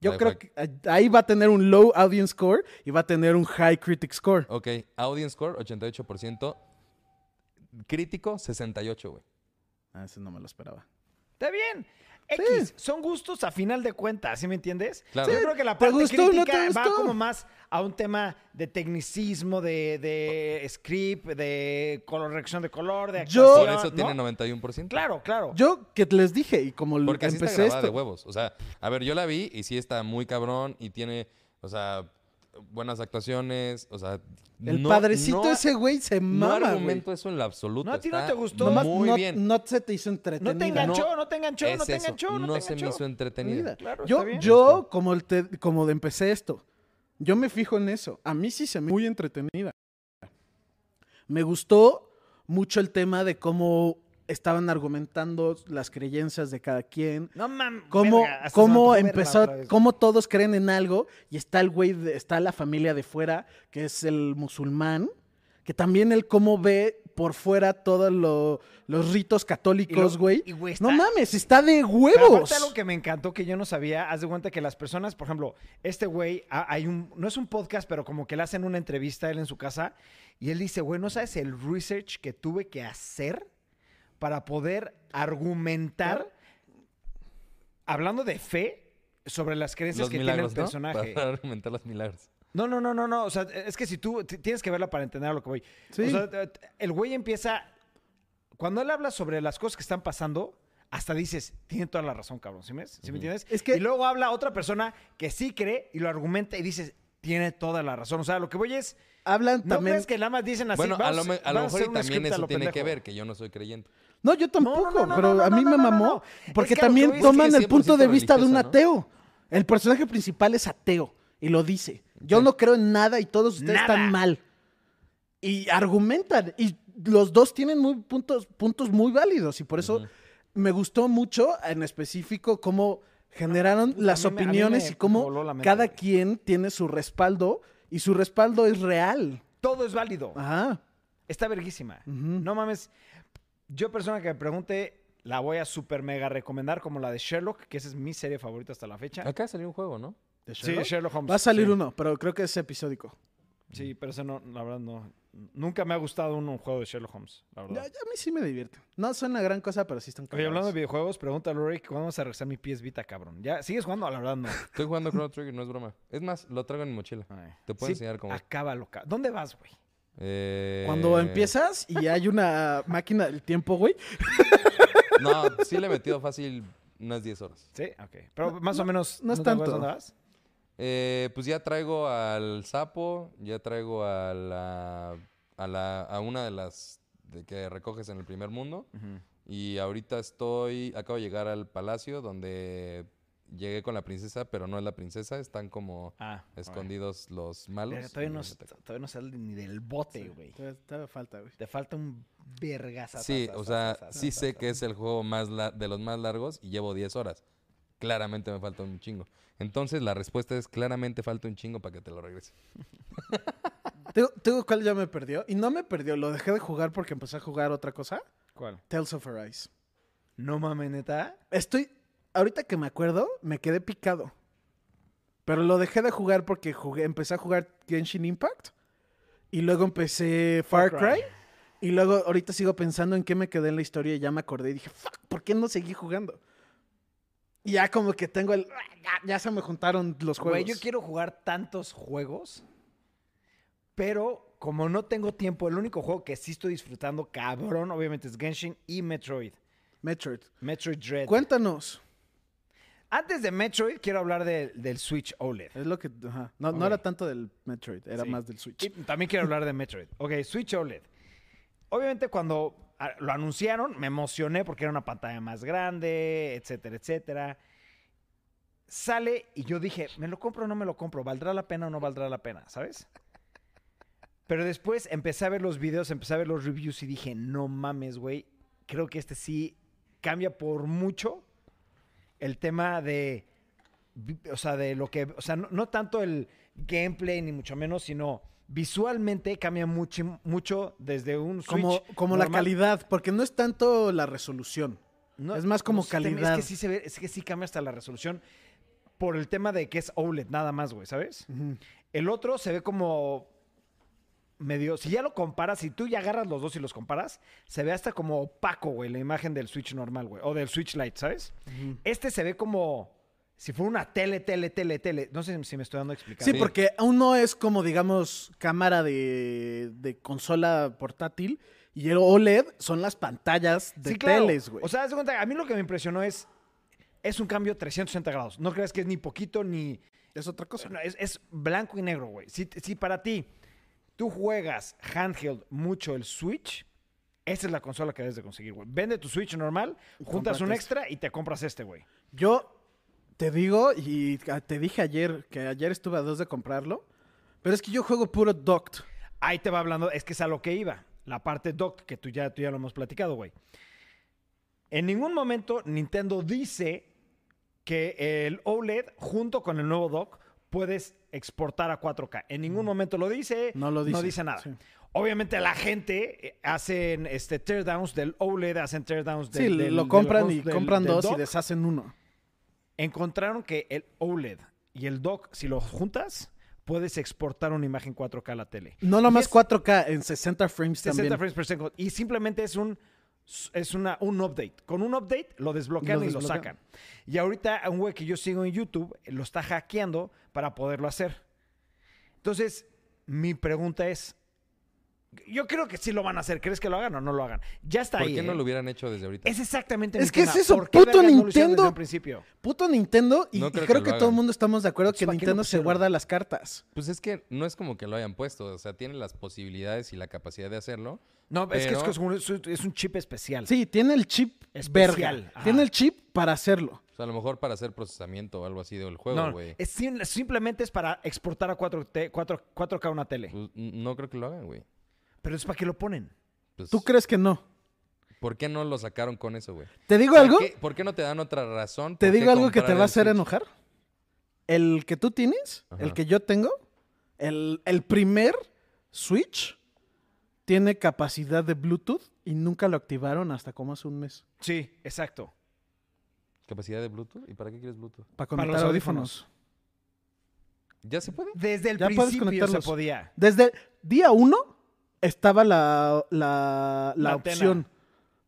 [SPEAKER 2] Yo
[SPEAKER 3] Ahí
[SPEAKER 2] creo
[SPEAKER 3] va.
[SPEAKER 2] que a- ahí va a tener un low audience score y va a tener un high critic score.
[SPEAKER 3] Ok, audience score, 88%. Crítico, 68, güey.
[SPEAKER 2] Ah, ese no me lo esperaba.
[SPEAKER 1] Está bien. X, son gustos a final de cuentas, ¿sí me entiendes?
[SPEAKER 3] Claro.
[SPEAKER 1] Yo creo que la
[SPEAKER 2] ¿Te
[SPEAKER 1] parte
[SPEAKER 2] gustó o no
[SPEAKER 1] crítica
[SPEAKER 2] te
[SPEAKER 1] va
[SPEAKER 2] gustó?
[SPEAKER 1] como más a un tema de tecnicismo, de, de script, de corrección de color, de
[SPEAKER 2] Yo-
[SPEAKER 1] actuación,
[SPEAKER 3] Por eso
[SPEAKER 1] ¿no?
[SPEAKER 3] tiene 91%.
[SPEAKER 1] Claro, claro.
[SPEAKER 2] Yo que les dije y como l-
[SPEAKER 3] Porque así está
[SPEAKER 2] empecé
[SPEAKER 3] grabada de
[SPEAKER 2] esto.
[SPEAKER 3] huevos. O sea, a ver, yo la vi y sí está muy cabrón y tiene, o sea, buenas actuaciones. O sea,
[SPEAKER 2] El
[SPEAKER 3] no-
[SPEAKER 2] padrecito
[SPEAKER 3] no-
[SPEAKER 2] ese güey se
[SPEAKER 3] No
[SPEAKER 2] mama, güey.
[SPEAKER 3] argumento eso en lo absoluto.
[SPEAKER 1] No, a ti no
[SPEAKER 3] está
[SPEAKER 1] te gustó.
[SPEAKER 2] Nomás
[SPEAKER 3] Muy
[SPEAKER 2] no,
[SPEAKER 3] bien.
[SPEAKER 2] no se te hizo entretenida.
[SPEAKER 1] no te enganchó, no, te enganchó, no
[SPEAKER 3] Es
[SPEAKER 1] te
[SPEAKER 3] eso,
[SPEAKER 1] enganchó, no, te
[SPEAKER 3] se me
[SPEAKER 1] enganchó.
[SPEAKER 3] hizo entretenida.
[SPEAKER 1] Claro,
[SPEAKER 2] yo,
[SPEAKER 1] está bien.
[SPEAKER 2] yo como, el te- como de empecé esto, yo me fijo en eso. A mí sí se me muy entretenida. Me gustó mucho el tema de cómo estaban argumentando las creencias de cada quien.
[SPEAKER 1] No mames.
[SPEAKER 2] Cómo,
[SPEAKER 1] verga, hasta se me antojó
[SPEAKER 2] cómo
[SPEAKER 1] verla
[SPEAKER 2] empezó,
[SPEAKER 1] otra vez.
[SPEAKER 2] cómo todos creen en algo y está el güey, de- está la familia de fuera, que es el musulmán, que también él cómo ve por fuera todos lo- los ritos
[SPEAKER 1] Y lo-
[SPEAKER 2] católicos, güey.
[SPEAKER 1] y, güey, está-
[SPEAKER 2] No mames, está de
[SPEAKER 1] Pero
[SPEAKER 2] huevos.
[SPEAKER 1] aparte algo que me encantó que yo no sabía, haz de cuenta que las personas, por ejemplo, este güey, ha- hay un, no es un podcast, pero como que le hacen una entrevista a él en su casa y él dice, güey, ¿no sabes el research que tuve que hacer para poder argumentar, hablando de fe, sobre las creencias
[SPEAKER 3] Los
[SPEAKER 1] que tiene el
[SPEAKER 3] milagros, ¿no?
[SPEAKER 1] personaje?
[SPEAKER 3] Para argumentar los milagros.
[SPEAKER 1] No, no, no, no, no. O sea, es que si tú t- tienes que verla para entender a lo que voy.
[SPEAKER 2] Sí.
[SPEAKER 1] O sea, t- t- el güey empieza. Cuando él habla sobre las cosas que están pasando, hasta dices, tiene toda la razón, cabrón. ¿Sí me, sí me entiendes?
[SPEAKER 2] Es que-
[SPEAKER 1] Y luego habla otra persona que sí cree y lo argumenta y dices, tiene toda la razón. O sea, lo que voy es.
[SPEAKER 2] Hablan
[SPEAKER 1] No
[SPEAKER 2] también.
[SPEAKER 1] crees que nada más dicen así.
[SPEAKER 3] bueno, a
[SPEAKER 1] vamos-
[SPEAKER 3] lo, me- a lo
[SPEAKER 1] vamos hacer
[SPEAKER 3] mejor y
[SPEAKER 1] un
[SPEAKER 3] también
[SPEAKER 1] script a
[SPEAKER 3] eso
[SPEAKER 1] lo
[SPEAKER 3] tiene que
[SPEAKER 1] pendejo.
[SPEAKER 3] ver, que yo no soy creyente.
[SPEAKER 2] No, yo tampoco,
[SPEAKER 1] No, no, no,
[SPEAKER 2] pero
[SPEAKER 1] no,
[SPEAKER 2] a
[SPEAKER 1] no,
[SPEAKER 2] mí
[SPEAKER 1] no,
[SPEAKER 2] me
[SPEAKER 1] no, no,
[SPEAKER 2] mamó.
[SPEAKER 1] no.
[SPEAKER 2] Porque
[SPEAKER 1] Es que a lo
[SPEAKER 2] también
[SPEAKER 1] que voy es que
[SPEAKER 2] toman
[SPEAKER 3] es
[SPEAKER 2] el punto de
[SPEAKER 3] 100%
[SPEAKER 2] vista de un
[SPEAKER 3] religiosa, ¿no?
[SPEAKER 2] ateo. El personaje principal es ateo y lo dice. Yo no creo en nada y todos ustedes
[SPEAKER 1] Nada.
[SPEAKER 2] están mal. Y argumentan. Y los dos tienen muy puntos, puntos muy válidos y por eso
[SPEAKER 3] Ujú.
[SPEAKER 2] me gustó mucho en específico cómo generaron
[SPEAKER 1] puta,
[SPEAKER 2] las
[SPEAKER 1] a mí me- a mí
[SPEAKER 2] opiniones
[SPEAKER 1] me
[SPEAKER 2] y cómo
[SPEAKER 1] voló la mente,
[SPEAKER 2] cada
[SPEAKER 1] güey.
[SPEAKER 2] quien tiene su respaldo y su respaldo es real.
[SPEAKER 1] Todo es válido.
[SPEAKER 2] Ajá.
[SPEAKER 1] Está verguísima.
[SPEAKER 2] Ujú.
[SPEAKER 1] No mames. Yo, persona que me pregunte, la voy a super mega recomendar como la de Sherlock, que esa es mi serie favorita hasta la fecha.
[SPEAKER 3] Acá salió un juego, ¿no?
[SPEAKER 2] ¿De
[SPEAKER 1] Sí,
[SPEAKER 2] Sherlock?
[SPEAKER 1] Sherlock Holmes.
[SPEAKER 2] Va a salir
[SPEAKER 1] sí.
[SPEAKER 2] uno, pero creo que es episódico.
[SPEAKER 1] Sí, pero ese no, la verdad no. Nunca me ha gustado un, un juego de Sherlock Holmes, la
[SPEAKER 2] Ya- ya
[SPEAKER 1] verdad.
[SPEAKER 2] a mí sí me divierte. No son una gran cosa, pero sí están
[SPEAKER 1] Oye, hablando de
[SPEAKER 2] cagados.
[SPEAKER 1] videojuegos, pregunta a Rick ¿cuándo vamos a regresar mi PS Vita, cabrón? ¿Ya sigues jugando? La verdad no.
[SPEAKER 3] Estoy jugando Chrono Trigger, no es broma. Es más, lo traigo en mi mochila.
[SPEAKER 1] Ay.
[SPEAKER 3] Te puedo
[SPEAKER 1] Sí,
[SPEAKER 3] enseñar cómo.
[SPEAKER 1] Acábalo, ca- ¿Dónde vas, güey?
[SPEAKER 3] Eh,
[SPEAKER 2] Cuando empiezas y hay una máquina del tiempo, güey.
[SPEAKER 3] No, sí le he metido fácil unas 10 horas.
[SPEAKER 1] Sí, ok. Pero más o menos.
[SPEAKER 2] no es
[SPEAKER 1] te acuerdas
[SPEAKER 2] tanto.
[SPEAKER 1] ¿Dónde vas?
[SPEAKER 3] Eh, pues ya traigo al sapo, ya traigo a la, a la a una de las de que recoges en el primer mundo y ahorita estoy acabo de llegar al palacio donde llegué con la princesa, pero no es la princesa, están como
[SPEAKER 1] Ah.
[SPEAKER 3] escondidos los
[SPEAKER 1] Verga,
[SPEAKER 3] malos.
[SPEAKER 1] todavía, no,
[SPEAKER 3] y te-
[SPEAKER 1] todavía no sale ni del bote, güey.
[SPEAKER 2] Todavía- todavía falta, güey.
[SPEAKER 1] Te falta un vergazazo.
[SPEAKER 3] Sí, o sea, sí sé que es el juego más la- de los más largos y llevo 10 horas. Claramente me falta un chingo. Entonces la respuesta es claramente falta un chingo para que te lo regrese.
[SPEAKER 2] Tengo, tengo cuál ya me perdió. Y no me perdió, lo dejé de jugar porque empecé a jugar otra cosa.
[SPEAKER 1] ¿Cuál?
[SPEAKER 2] Tales of Arise.
[SPEAKER 1] No mames, neta.
[SPEAKER 2] Estoy. Ahorita que me acuerdo, me quedé picado. Pero lo dejé de jugar porque jugué, empecé a jugar Genshin Impact. Y luego empecé Far
[SPEAKER 1] Far
[SPEAKER 2] Cry.
[SPEAKER 1] Cry.
[SPEAKER 2] Y luego ahorita sigo pensando en qué me quedé en la historia y ya me acordé y dije, fuck, ¿por qué no seguí jugando? Y ya como que tengo el. Ya, ya se me juntaron los juegos.
[SPEAKER 1] Güey, yo quiero jugar tantos juegos, pero como no tengo tiempo, el único juego que sí estoy disfrutando, cabrón, obviamente es Genshin y Metroid.
[SPEAKER 2] Metroid.
[SPEAKER 1] Metroid Dread.
[SPEAKER 2] Cuéntanos.
[SPEAKER 1] Antes de Metroid, quiero hablar de- del Switch OLED.
[SPEAKER 2] Es lo que. ajá. No, no
[SPEAKER 1] Ok.
[SPEAKER 2] era tanto del Metroid, era
[SPEAKER 1] Sí.
[SPEAKER 2] más del Switch. E
[SPEAKER 1] Y también quiero hablar de Metroid. Ok, Switch OLED. Obviamente cuando ah, lo anunciaron me emocioné porque era una pantalla más grande, etcétera, etcétera. Sale y yo dije, ¿me lo compro o no me lo compro? ¿Valdrá la pena o no valdrá la pena? ¿Sabes? Pero después empecé a ver los videos, empecé a ver los reviews y dije, no mames, güey. Creo que este sí cambia por mucho el tema de, vi- o sea, de lo que, o sea, no, no tanto el gameplay ni mucho menos, sino visualmente cambia mucho, mucho desde un Switch.
[SPEAKER 2] Como, como la
[SPEAKER 1] normal.
[SPEAKER 2] calidad, porque no es tanto la resolución.
[SPEAKER 1] No,
[SPEAKER 2] es más como
[SPEAKER 1] sé, también
[SPEAKER 2] calidad.
[SPEAKER 1] Es que sí se ve, es que sí cambia hasta la resolución por el tema de que es OLED nada más, güey, ¿sabes? El otro se ve como medio, si ya lo comparas, si tú ya agarras los dos y los comparas, se ve hasta como opaco, güey, la imagen del Switch normal, güey, o del Switch Lite, ¿sabes? Este se ve como si fuera una tele, tele, tele, tele. No sé si me estoy dando a explicar.
[SPEAKER 2] Sí,
[SPEAKER 3] Sí.
[SPEAKER 2] porque aún no es como, digamos, cámara de, de consola portátil y el OLED son las pantallas de
[SPEAKER 1] Sí, claro.
[SPEAKER 2] teles, güey.
[SPEAKER 1] O sea, haz de cuenta, a mí lo que me impresionó es es un cambio 360 grados. No creas que es ni poquito ni
[SPEAKER 2] es otra cosa.
[SPEAKER 1] No, es, es blanco y negro, güey. Si, si para ti tú juegas handheld mucho el Switch, esa es la consola que debes de conseguir, güey. Vende tu Switch normal, juntas
[SPEAKER 2] cómprate
[SPEAKER 1] un
[SPEAKER 2] este.
[SPEAKER 1] extra y te compras este, güey.
[SPEAKER 2] Yo te digo, y a- te dije ayer, que ayer estuve a dos de comprarlo, pero es que yo juego puro Doct.
[SPEAKER 1] Ahí te va hablando, es que es a lo que iba. La parte dock, que tú ya, tú ya lo hemos platicado, güey. En ningún momento Nintendo dice que el OLED junto con el nuevo dock puedes exportar a 4K. En ningún momento lo dice.
[SPEAKER 2] Mm. No lo dice,
[SPEAKER 1] No dice nada.
[SPEAKER 2] sí.
[SPEAKER 1] Obviamente la gente eh, hacen este teardowns del OLED, hacen teardowns del
[SPEAKER 2] Sí,
[SPEAKER 1] del-
[SPEAKER 2] lo
[SPEAKER 1] del
[SPEAKER 2] compran
[SPEAKER 1] host-
[SPEAKER 2] y
[SPEAKER 1] del-
[SPEAKER 2] compran
[SPEAKER 1] del
[SPEAKER 2] dos y
[SPEAKER 1] dock.
[SPEAKER 2] deshacen uno.
[SPEAKER 1] Encontraron que el OLED y el dock, si los juntas, puedes exportar una imagen 4K a la tele.
[SPEAKER 2] No
[SPEAKER 1] Y
[SPEAKER 2] nomás
[SPEAKER 1] es-
[SPEAKER 2] 4K, en 60 frames
[SPEAKER 1] 60
[SPEAKER 2] también.
[SPEAKER 1] frames per segundo. Y simplemente es un es una, un update. Con un update lo desbloquean
[SPEAKER 2] Lo
[SPEAKER 1] y lo
[SPEAKER 2] desbloquean.
[SPEAKER 1] sacan. Y ahorita un güey que yo sigo en YouTube lo está hackeando para poderlo hacer. Entonces, mi pregunta es, yo creo que sí lo van a hacer. ¿Crees que lo hagan o no lo hagan? Ya está
[SPEAKER 3] ¿Por
[SPEAKER 1] ahí.
[SPEAKER 3] qué no
[SPEAKER 1] ¿eh?
[SPEAKER 3] lo hubieran hecho desde ahorita?
[SPEAKER 1] Es exactamente
[SPEAKER 2] Es
[SPEAKER 1] mi
[SPEAKER 2] que
[SPEAKER 1] tema.
[SPEAKER 2] es eso,
[SPEAKER 1] ¿Por qué
[SPEAKER 2] puto
[SPEAKER 1] vergas no lo hicieron
[SPEAKER 2] Nintendo.
[SPEAKER 1] Desde el principio.
[SPEAKER 2] Puto Nintendo, y y
[SPEAKER 3] No
[SPEAKER 2] creo,
[SPEAKER 3] creo que
[SPEAKER 2] que, todo
[SPEAKER 3] lo
[SPEAKER 2] el
[SPEAKER 3] hagan.
[SPEAKER 2] mundo estamos de acuerdo que
[SPEAKER 1] Pues, ¿para qué lo
[SPEAKER 2] Nintendo se
[SPEAKER 1] pusieron?
[SPEAKER 2] guarda las cartas.
[SPEAKER 3] Pues es que no es como que lo hayan puesto, o sea, tienen las posibilidades y la capacidad de hacerlo.
[SPEAKER 1] No, es que es,
[SPEAKER 3] Pero-
[SPEAKER 1] como- es un- es un chip especial.
[SPEAKER 2] Sí, tiene el chip
[SPEAKER 1] Especial,
[SPEAKER 2] verga.
[SPEAKER 1] ajá.
[SPEAKER 2] Tiene el chip para hacerlo.
[SPEAKER 3] O sea, pues, a lo mejor para hacer procesamiento o algo así del
[SPEAKER 1] No,
[SPEAKER 3] juego, güey.
[SPEAKER 1] es sim- simplemente es para exportar a 4T 4, 4K una tele.
[SPEAKER 3] Pues, n- no creo que lo hagan, güey.
[SPEAKER 1] Pero es para qué lo ponen.
[SPEAKER 3] Pues,
[SPEAKER 2] ¿Tú crees que no?
[SPEAKER 3] ¿Por qué no lo sacaron con eso, güey?
[SPEAKER 2] ¿Te digo
[SPEAKER 3] ¿Por
[SPEAKER 2] algo?
[SPEAKER 3] qué- ¿Por qué no te dan otra razón?
[SPEAKER 2] ¿Te
[SPEAKER 3] por qué
[SPEAKER 2] digo algo que te
[SPEAKER 3] comprar
[SPEAKER 2] va a
[SPEAKER 3] el
[SPEAKER 2] hacer
[SPEAKER 3] Switch?
[SPEAKER 2] enojar? El que tú tienes, el
[SPEAKER 3] Ajá.
[SPEAKER 2] que yo tengo, el, el primer Switch tiene capacidad de Bluetooth y nunca lo activaron hasta como hace un mes.
[SPEAKER 1] Sí, exacto.
[SPEAKER 3] ¿Capacidad de Bluetooth? ¿Y para qué quieres Bluetooth?
[SPEAKER 2] Para conectar
[SPEAKER 1] los
[SPEAKER 2] audífonos.
[SPEAKER 3] ¿Ya se puede?
[SPEAKER 1] Desde el
[SPEAKER 2] Ya puedes
[SPEAKER 1] principio se
[SPEAKER 2] conectarlos.
[SPEAKER 1] podía.
[SPEAKER 2] Desde día uno estaba la, la- la
[SPEAKER 1] La antena
[SPEAKER 2] opción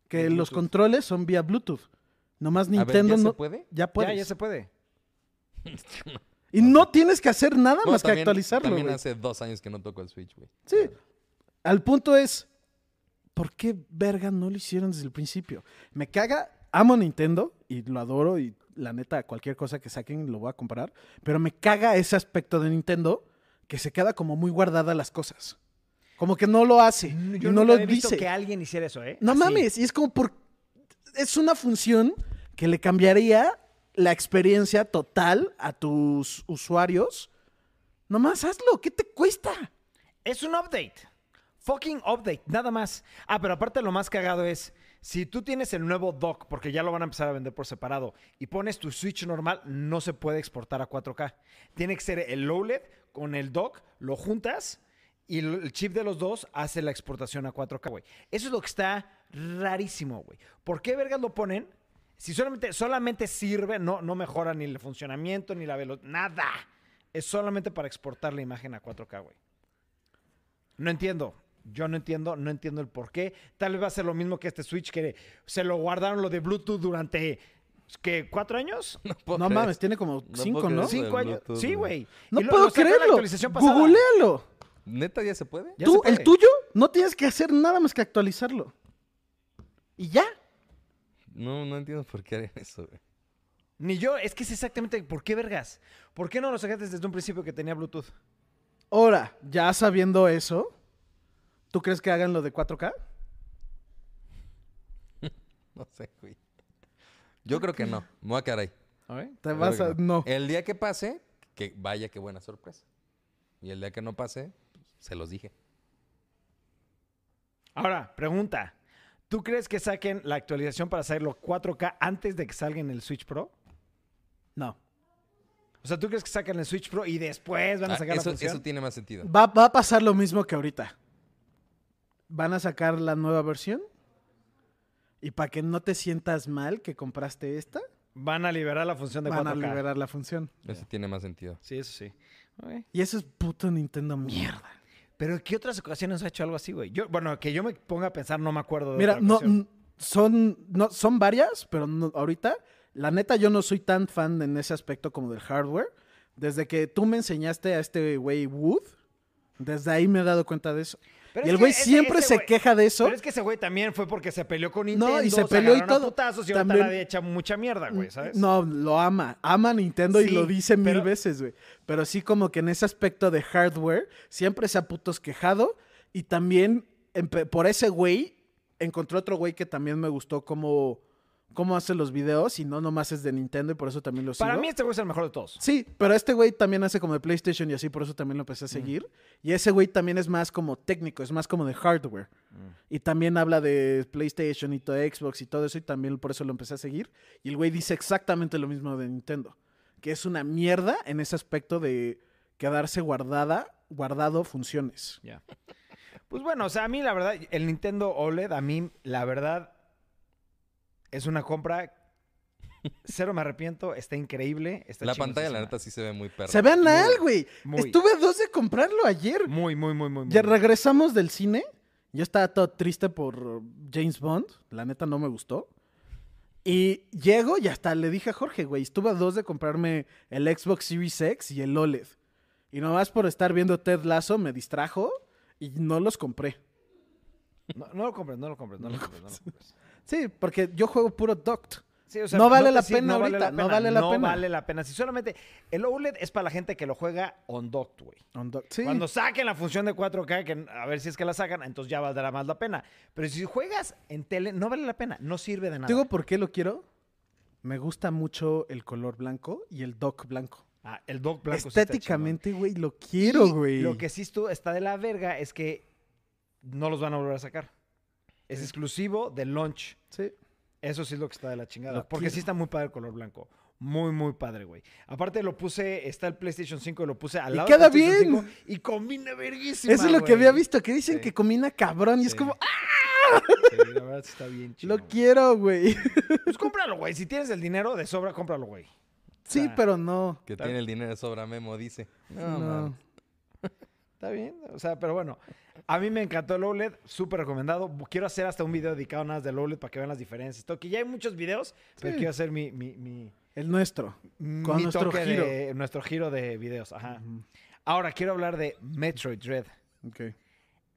[SPEAKER 2] que
[SPEAKER 1] de
[SPEAKER 2] los
[SPEAKER 1] Bluetooth.
[SPEAKER 2] controles son vía Bluetooth. Nomás
[SPEAKER 3] A ver,
[SPEAKER 2] Nintendo
[SPEAKER 3] ¿ya
[SPEAKER 2] no.
[SPEAKER 3] se puede?
[SPEAKER 2] Ya puedes.
[SPEAKER 1] Ya, ya se puede.
[SPEAKER 2] Y no tienes que hacer nada
[SPEAKER 3] Bueno,
[SPEAKER 2] más que
[SPEAKER 3] también-
[SPEAKER 2] actualizarlo.
[SPEAKER 3] También
[SPEAKER 2] güey.
[SPEAKER 3] hace dos años que no toco el Switch, güey.
[SPEAKER 2] Sí. Al punto es, ¿por qué verga no lo hicieron desde el principio? Me caga, amo a Nintendo y lo adoro y la neta, cualquier cosa que saquen lo voy a comprar, pero me caga ese aspecto de Nintendo que se queda como muy guardada las cosas. Como que no lo hace, y
[SPEAKER 1] Mm, Yo
[SPEAKER 2] no
[SPEAKER 1] nunca
[SPEAKER 2] lo
[SPEAKER 1] he visto
[SPEAKER 2] dice.
[SPEAKER 1] que alguien hiciera eso, ¿eh?
[SPEAKER 2] No
[SPEAKER 1] Así.
[SPEAKER 2] mames, y es como por... Es una función que le cambiaría la experiencia total a tus usuarios. Nomás hazlo, ¿qué te cuesta?
[SPEAKER 1] Es un update. Fucking update, nada más. Ah, pero aparte lo más cagado es, si tú tienes el nuevo dock, porque ya lo van a empezar a vender por separado, y pones tu Switch normal, no se puede exportar a 4K. Tiene que ser el OLED con el dock, lo juntas y el el chip de los dos hace la exportación a 4K, güey. Eso es lo que está rarísimo, güey. ¿Por qué vergas lo ponen? Si solamente, solamente sirve, no, no mejora ni el funcionamiento, ni la velocidad, nada. Es solamente para exportar la imagen a 4K, güey. No entiendo. Yo no entiendo, no entiendo el por qué. Tal vez va a ser lo mismo que este Switch que se lo guardaron lo de Bluetooth durante ¿qué? ¿Cuatro años?
[SPEAKER 3] puedo
[SPEAKER 2] No
[SPEAKER 3] creer.
[SPEAKER 2] mames, tiene como
[SPEAKER 3] No
[SPEAKER 2] cinco,
[SPEAKER 3] puedo
[SPEAKER 2] ¿no?
[SPEAKER 3] creer.
[SPEAKER 2] Sí.
[SPEAKER 1] Cinco
[SPEAKER 3] de
[SPEAKER 1] años.
[SPEAKER 3] Bluetooth,
[SPEAKER 1] Sí,
[SPEAKER 3] güey.
[SPEAKER 1] güey.
[SPEAKER 2] No
[SPEAKER 1] Y lo-
[SPEAKER 2] puedo
[SPEAKER 1] lo sacaron en la
[SPEAKER 2] creerlo.
[SPEAKER 1] actualización pasada.
[SPEAKER 2] Googlealo.
[SPEAKER 3] ¿Neta ya se puede?
[SPEAKER 1] Ya se
[SPEAKER 2] Tú,
[SPEAKER 1] puede.
[SPEAKER 2] el tuyo, no tienes que hacer nada más que actualizarlo. Y ya.
[SPEAKER 3] No, no entiendo por qué harían eso, güey.
[SPEAKER 1] Ni yo, es que es exactamente por qué vergas. ¿Por qué no lo sacaste desde un principio que tenía Bluetooth?
[SPEAKER 2] Ahora, ya sabiendo eso, ¿tú crees que hagan lo de 4K?
[SPEAKER 3] No sé, güey. Yo creo que no. Me voy a quedar ahí.
[SPEAKER 2] Te
[SPEAKER 3] Yo
[SPEAKER 2] vas
[SPEAKER 3] creo
[SPEAKER 2] a.
[SPEAKER 3] que
[SPEAKER 1] Eh.
[SPEAKER 2] No.
[SPEAKER 3] El día que pase, que vaya, qué buena sorpresa. Y el día que no pase, se los dije.
[SPEAKER 1] Ahora, pregunta. ¿Tú crees que saquen la actualización para hacerlo 4K antes de que salga en el Switch Pro?
[SPEAKER 2] No.
[SPEAKER 1] O sea, ¿tú crees que sacan el Switch Pro y después van a
[SPEAKER 3] Ah,
[SPEAKER 1] sacar
[SPEAKER 3] eso,
[SPEAKER 1] la función?
[SPEAKER 3] eso tiene más sentido.
[SPEAKER 2] Va, va a pasar lo mismo que ahorita. Van a sacar la nueva versión. Y para que no te sientas mal que compraste esta,
[SPEAKER 1] Van a liberar la función de
[SPEAKER 2] van
[SPEAKER 1] 4K.
[SPEAKER 2] a liberar la función.
[SPEAKER 3] Eso tiene más sentido.
[SPEAKER 1] Sí, eso sí. Ok.
[SPEAKER 2] Y eso es puto Nintendo mierda.
[SPEAKER 1] Pero ¿en qué otras ocasiones ha hecho algo así, güey? Yo, bueno, que yo me ponga a pensar, no me acuerdo de
[SPEAKER 2] Mira,
[SPEAKER 1] otra
[SPEAKER 2] no, mm,
[SPEAKER 1] ocasión.
[SPEAKER 2] n- son, no, son varias, pero no- ahorita, la neta, yo no soy tan fan en ese aspecto como del hardware. Desde que tú me enseñaste a este güey Wood, desde ahí me he dado cuenta de eso.
[SPEAKER 1] Pero
[SPEAKER 2] y
[SPEAKER 1] es
[SPEAKER 2] el
[SPEAKER 1] que
[SPEAKER 2] güey
[SPEAKER 1] ese-
[SPEAKER 2] siempre
[SPEAKER 1] ese
[SPEAKER 2] se
[SPEAKER 1] güey-
[SPEAKER 2] queja de eso.
[SPEAKER 1] Pero es que ese güey también fue porque se peleó con
[SPEAKER 2] No,
[SPEAKER 1] Nintendo.
[SPEAKER 2] y se peleó y
[SPEAKER 1] agarraron a
[SPEAKER 2] todo.
[SPEAKER 1] Putazos y ahorita
[SPEAKER 2] También- Mm,
[SPEAKER 1] nadie echa mucha mierda, güey, ¿sabes?
[SPEAKER 2] No, lo ama. Ama a Nintendo y
[SPEAKER 1] Sí,
[SPEAKER 2] lo dice mil
[SPEAKER 1] pero-
[SPEAKER 2] veces, güey. Pero sí como que en ese aspecto de hardware siempre se ha putos quejado. Y también empe- por ese güey encontré otro güey que también me gustó cómo, cómo hace los videos y no nomás es de Nintendo y por eso también lo sigo.
[SPEAKER 1] Para mí este güey es el mejor de todos.
[SPEAKER 2] Sí, pero este güey también hace como de PlayStation y así, por eso también lo
[SPEAKER 1] Mm.
[SPEAKER 2] empecé a seguir. Y ese güey también es más como técnico, es más como de hardware. Y también habla de PlayStation y todo Xbox y todo eso, y también por eso lo empecé a seguir. Y el güey dice exactamente lo mismo de Nintendo, que es una mierda en ese aspecto de quedarse guardada, guardado funciones.
[SPEAKER 1] Ya. Pues bueno, o sea, a mí la verdad, el Nintendo OLED, a mí la verdad es una compra. Cero me arrepiento, está increíble. Está
[SPEAKER 3] la pantalla, la
[SPEAKER 1] chingosísima.
[SPEAKER 3] neta, sí se ve muy perra.
[SPEAKER 2] Se vean
[SPEAKER 1] muy,
[SPEAKER 2] al, güey.
[SPEAKER 1] muy.
[SPEAKER 2] Estuve a dos de comprarlo ayer.
[SPEAKER 1] Muy, muy, muy, muy.
[SPEAKER 2] Ya
[SPEAKER 1] muy bien.
[SPEAKER 2] regresamos del cine. Yo estaba todo triste por James Bond. La neta no me gustó. Y llego y hasta le dije a Jorge, güey, estuve a dos de comprarme el Xbox Series X y el OLED. Y nomás por estar viendo Ted Lasso me distrajo y no los compré.
[SPEAKER 1] No, no lo compres, no lo compres, no lo compres. No lo compres.
[SPEAKER 2] Sí, porque yo juego puro Duct.
[SPEAKER 1] Sí, o
[SPEAKER 2] No vale
[SPEAKER 1] te
[SPEAKER 2] la
[SPEAKER 1] sir-
[SPEAKER 2] pena ahorita, no vale la pena.
[SPEAKER 1] No vale la pena. Si solamente el OLED es para la gente que lo juega on dock, güey.
[SPEAKER 2] On Duct, Sí.
[SPEAKER 1] Cuando saquen la función de 4K, que a ver si es que la sacan, entonces ya valdrá más la pena. Pero si juegas en tele, no vale la pena, no sirve de nada.
[SPEAKER 2] ¿Te digo por qué lo quiero? Me gusta mucho el color blanco y el dock blanco.
[SPEAKER 1] Ah, el dock blanco sí está chingón.
[SPEAKER 2] Estéticamente, güey, lo quiero,
[SPEAKER 1] Y
[SPEAKER 2] güey.
[SPEAKER 1] Lo que sí estu- está de la verga es que no los van a volver a sacar. Es exclusivo de launch.
[SPEAKER 2] Sí.
[SPEAKER 1] Eso sí es lo que está de la chingada.
[SPEAKER 2] Lo
[SPEAKER 1] porque
[SPEAKER 2] quiero.
[SPEAKER 1] sí está muy padre el color blanco. Muy, muy padre, güey. Aparte lo puse, está el PlayStation 5 y lo puse al
[SPEAKER 2] Y
[SPEAKER 1] lado
[SPEAKER 2] queda
[SPEAKER 1] del PlayStation
[SPEAKER 2] bien.
[SPEAKER 1] 5 y combina verguísima,
[SPEAKER 2] Eso es lo que
[SPEAKER 1] güey.
[SPEAKER 2] había visto, que dicen
[SPEAKER 1] Sí.
[SPEAKER 2] que combina cabrón. Y es
[SPEAKER 1] Sí.
[SPEAKER 2] como, ¡ah!
[SPEAKER 1] Sí, la verdad sí está bien chido.
[SPEAKER 2] Lo
[SPEAKER 1] güey.
[SPEAKER 2] quiero, güey.
[SPEAKER 1] Pues cómpralo, güey. Si tienes el dinero de sobra, cómpralo, güey.
[SPEAKER 2] Sí,
[SPEAKER 1] sea,
[SPEAKER 2] pero no.
[SPEAKER 3] Que
[SPEAKER 1] Está-
[SPEAKER 3] tiene el dinero de sobra Memo, dice. No,
[SPEAKER 2] No.
[SPEAKER 3] man.
[SPEAKER 1] Está bien, o sea, pero bueno. A mí me encantó el OLED, súper recomendado. Bu- Quiero hacer hasta un video dedicado nada más del OLED para que vean las diferencias. Todo, que ya hay muchos videos, pero
[SPEAKER 2] Sí.
[SPEAKER 1] quiero hacer mi, mi, mi,
[SPEAKER 2] El nuestro. Con
[SPEAKER 1] mi
[SPEAKER 2] nuestro
[SPEAKER 1] toque
[SPEAKER 2] giro.
[SPEAKER 1] de- nuestro giro de videos. Ajá. Ahora quiero hablar de Metroid Dread.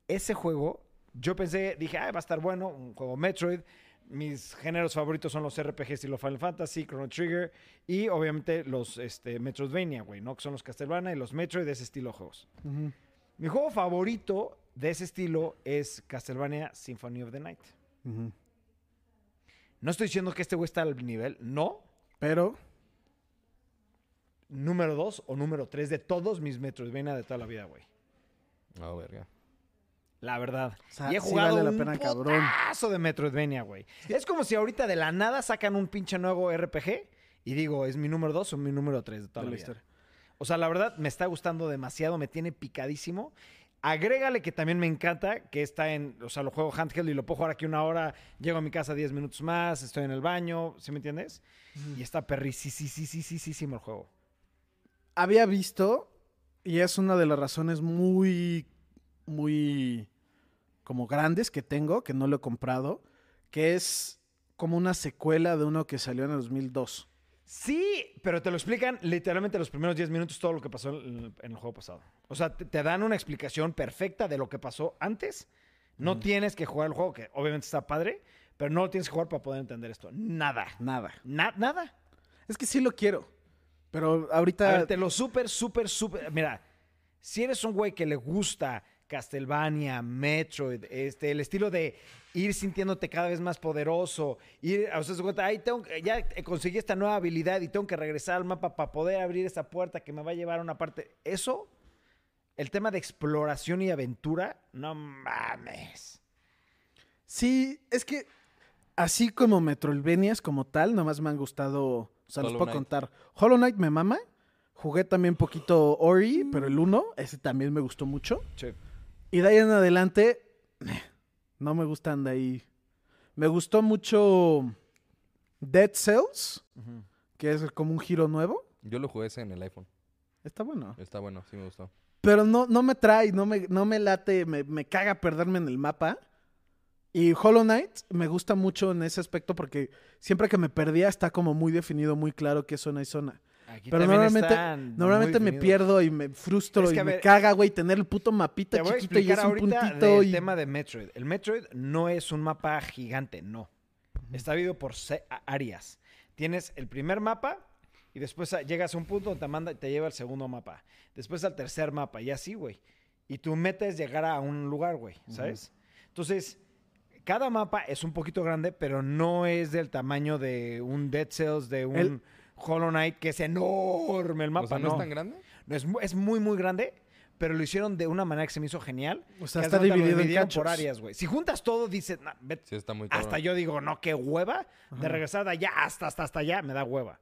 [SPEAKER 1] Ese juego, yo pensé, dije, ah, va a estar bueno, un juego Metroid. Mis géneros favoritos son los RPGs y los Final Fantasy, Chrono Trigger y obviamente los este, Metroidvania, güey, ¿no? Que son los Castlevania y los Metroid de ese estilo de juegos.
[SPEAKER 2] Ujú.
[SPEAKER 1] Mi juego favorito de ese estilo es Castlevania Symphony of the Night.
[SPEAKER 2] Ujú.
[SPEAKER 1] No estoy diciendo que este güey está al nivel, no.
[SPEAKER 2] Pero,
[SPEAKER 1] Número 2 o número 3 de todos mis Metroidvania de toda la vida, güey.
[SPEAKER 3] No, verga.
[SPEAKER 1] La verdad.
[SPEAKER 2] O sea,
[SPEAKER 1] y he
[SPEAKER 2] sí
[SPEAKER 1] jugado
[SPEAKER 2] vale la
[SPEAKER 1] un
[SPEAKER 2] pena, cabrón.
[SPEAKER 1] putazo de Metroidvania, güey. Es como si ahorita de la nada sacan un pinche nuevo RPG y digo, ¿es mi número 2 o mi número 3 de toda
[SPEAKER 2] de
[SPEAKER 1] la,
[SPEAKER 2] la
[SPEAKER 1] vida?
[SPEAKER 2] historia.
[SPEAKER 1] O sea, la verdad me está gustando demasiado, me tiene picadísimo. Agrégale que también me encanta, que está en, o sea, lo juego handheld y lo puedo jugar aquí una hora, llego a mi casa 10 minutos más, estoy en el baño, ¿sí me entiendes?
[SPEAKER 2] Mm.
[SPEAKER 1] Y está perri, sí, sí, sí, sí, sí, sí, sí, el juego.
[SPEAKER 2] había visto, y es una de las razones muy, muy como grandes que tengo, que no lo he comprado, que es como una secuela de uno que salió en el 2002.
[SPEAKER 1] Sí, pero te lo explican literalmente los primeros 10 minutos todo lo que pasó en, en el juego pasado. O sea, te, te dan una explicación perfecta de lo que pasó antes. No tienes que jugar el juego, que obviamente está padre, pero no lo tienes que jugar para poder entender esto. Nada.
[SPEAKER 2] Nada.
[SPEAKER 1] Na- nada.
[SPEAKER 2] Es que sí lo quiero, pero ahorita...
[SPEAKER 1] A ver, te lo súper, súper, súper. Mira, si eres un güey que le gusta Castlevania, Metroid, este, el estilo de ir sintiéndote cada vez más poderoso, ir, o sea, se cuenta, "Ay, tengo que- ya conseguí esta nueva habilidad y tengo que regresar al mapa para poder abrir esa puerta que me va a llevar a una parte. Eso, el tema de exploración y aventura, no mames.
[SPEAKER 2] Sí, es que así como Metroidvanias como tal, nomás me han gustado, o sea, los
[SPEAKER 3] Hollow
[SPEAKER 2] puedo
[SPEAKER 3] Knight.
[SPEAKER 2] contar. Hollow Knight me mama, jugué también poquito Ori,
[SPEAKER 3] Mm.
[SPEAKER 2] pero el 1, ese también me gustó mucho. Y de ahí en adelante, no me gustan de ahí. Me gustó mucho Dead Cells,
[SPEAKER 1] Ujú.
[SPEAKER 2] que es como un giro nuevo.
[SPEAKER 3] Yo lo jugué ese en el iPhone.
[SPEAKER 2] Está bueno.
[SPEAKER 3] Está bueno, sí me gustó.
[SPEAKER 2] Pero no, no me trae, no me, no me late, me, me caga perderme en el mapa. Y Hollow Knight me gusta mucho en ese aspecto porque siempre que me perdía está como muy definido, muy claro qué zona y zona.
[SPEAKER 1] Aquí
[SPEAKER 2] Pero
[SPEAKER 1] también
[SPEAKER 2] normalmente,
[SPEAKER 1] están muy
[SPEAKER 2] normalmente me
[SPEAKER 1] definidos.
[SPEAKER 2] pierdo y me frustro
[SPEAKER 1] Es que,
[SPEAKER 2] y
[SPEAKER 1] a
[SPEAKER 2] me
[SPEAKER 1] ver,
[SPEAKER 2] caga, güey, tener el puto mapita
[SPEAKER 1] Te voy a
[SPEAKER 2] chiquito y
[SPEAKER 1] explicar
[SPEAKER 2] es un
[SPEAKER 1] ahorita
[SPEAKER 2] puntito
[SPEAKER 1] del
[SPEAKER 2] y...
[SPEAKER 1] tema de Metroid. El Metroid no es un mapa gigante, no. Está dividido por se- a- áreas. Tienes el primer mapa y después a- llegas a un punto donde te manda te lleva al segundo mapa. Después al tercer mapa y así, güey. Y tu meta es llegar a un lugar, güey, ¿sabes? Entonces, cada mapa es un poquito grande, pero no es del tamaño de un Dead Cells, de un
[SPEAKER 2] El-
[SPEAKER 1] Hollow Knight, que es enorme el mapa.
[SPEAKER 3] o sea, ¿no,
[SPEAKER 1] no
[SPEAKER 3] es tan grande?
[SPEAKER 1] no, es, mu- es muy, muy grande, pero lo hicieron de una manera que se me hizo genial.
[SPEAKER 2] O sea,
[SPEAKER 1] que
[SPEAKER 2] está
[SPEAKER 1] haz de cuenta, lo
[SPEAKER 2] dividido en
[SPEAKER 1] dividieron por
[SPEAKER 2] cachos.
[SPEAKER 1] áreas, güey. Si juntas todo, dices, "Nah, vete".
[SPEAKER 3] Sí, está muy cabrón.
[SPEAKER 1] hasta yo digo, no, qué hueva. De regresar de allá hasta, hasta, hasta allá, me da hueva.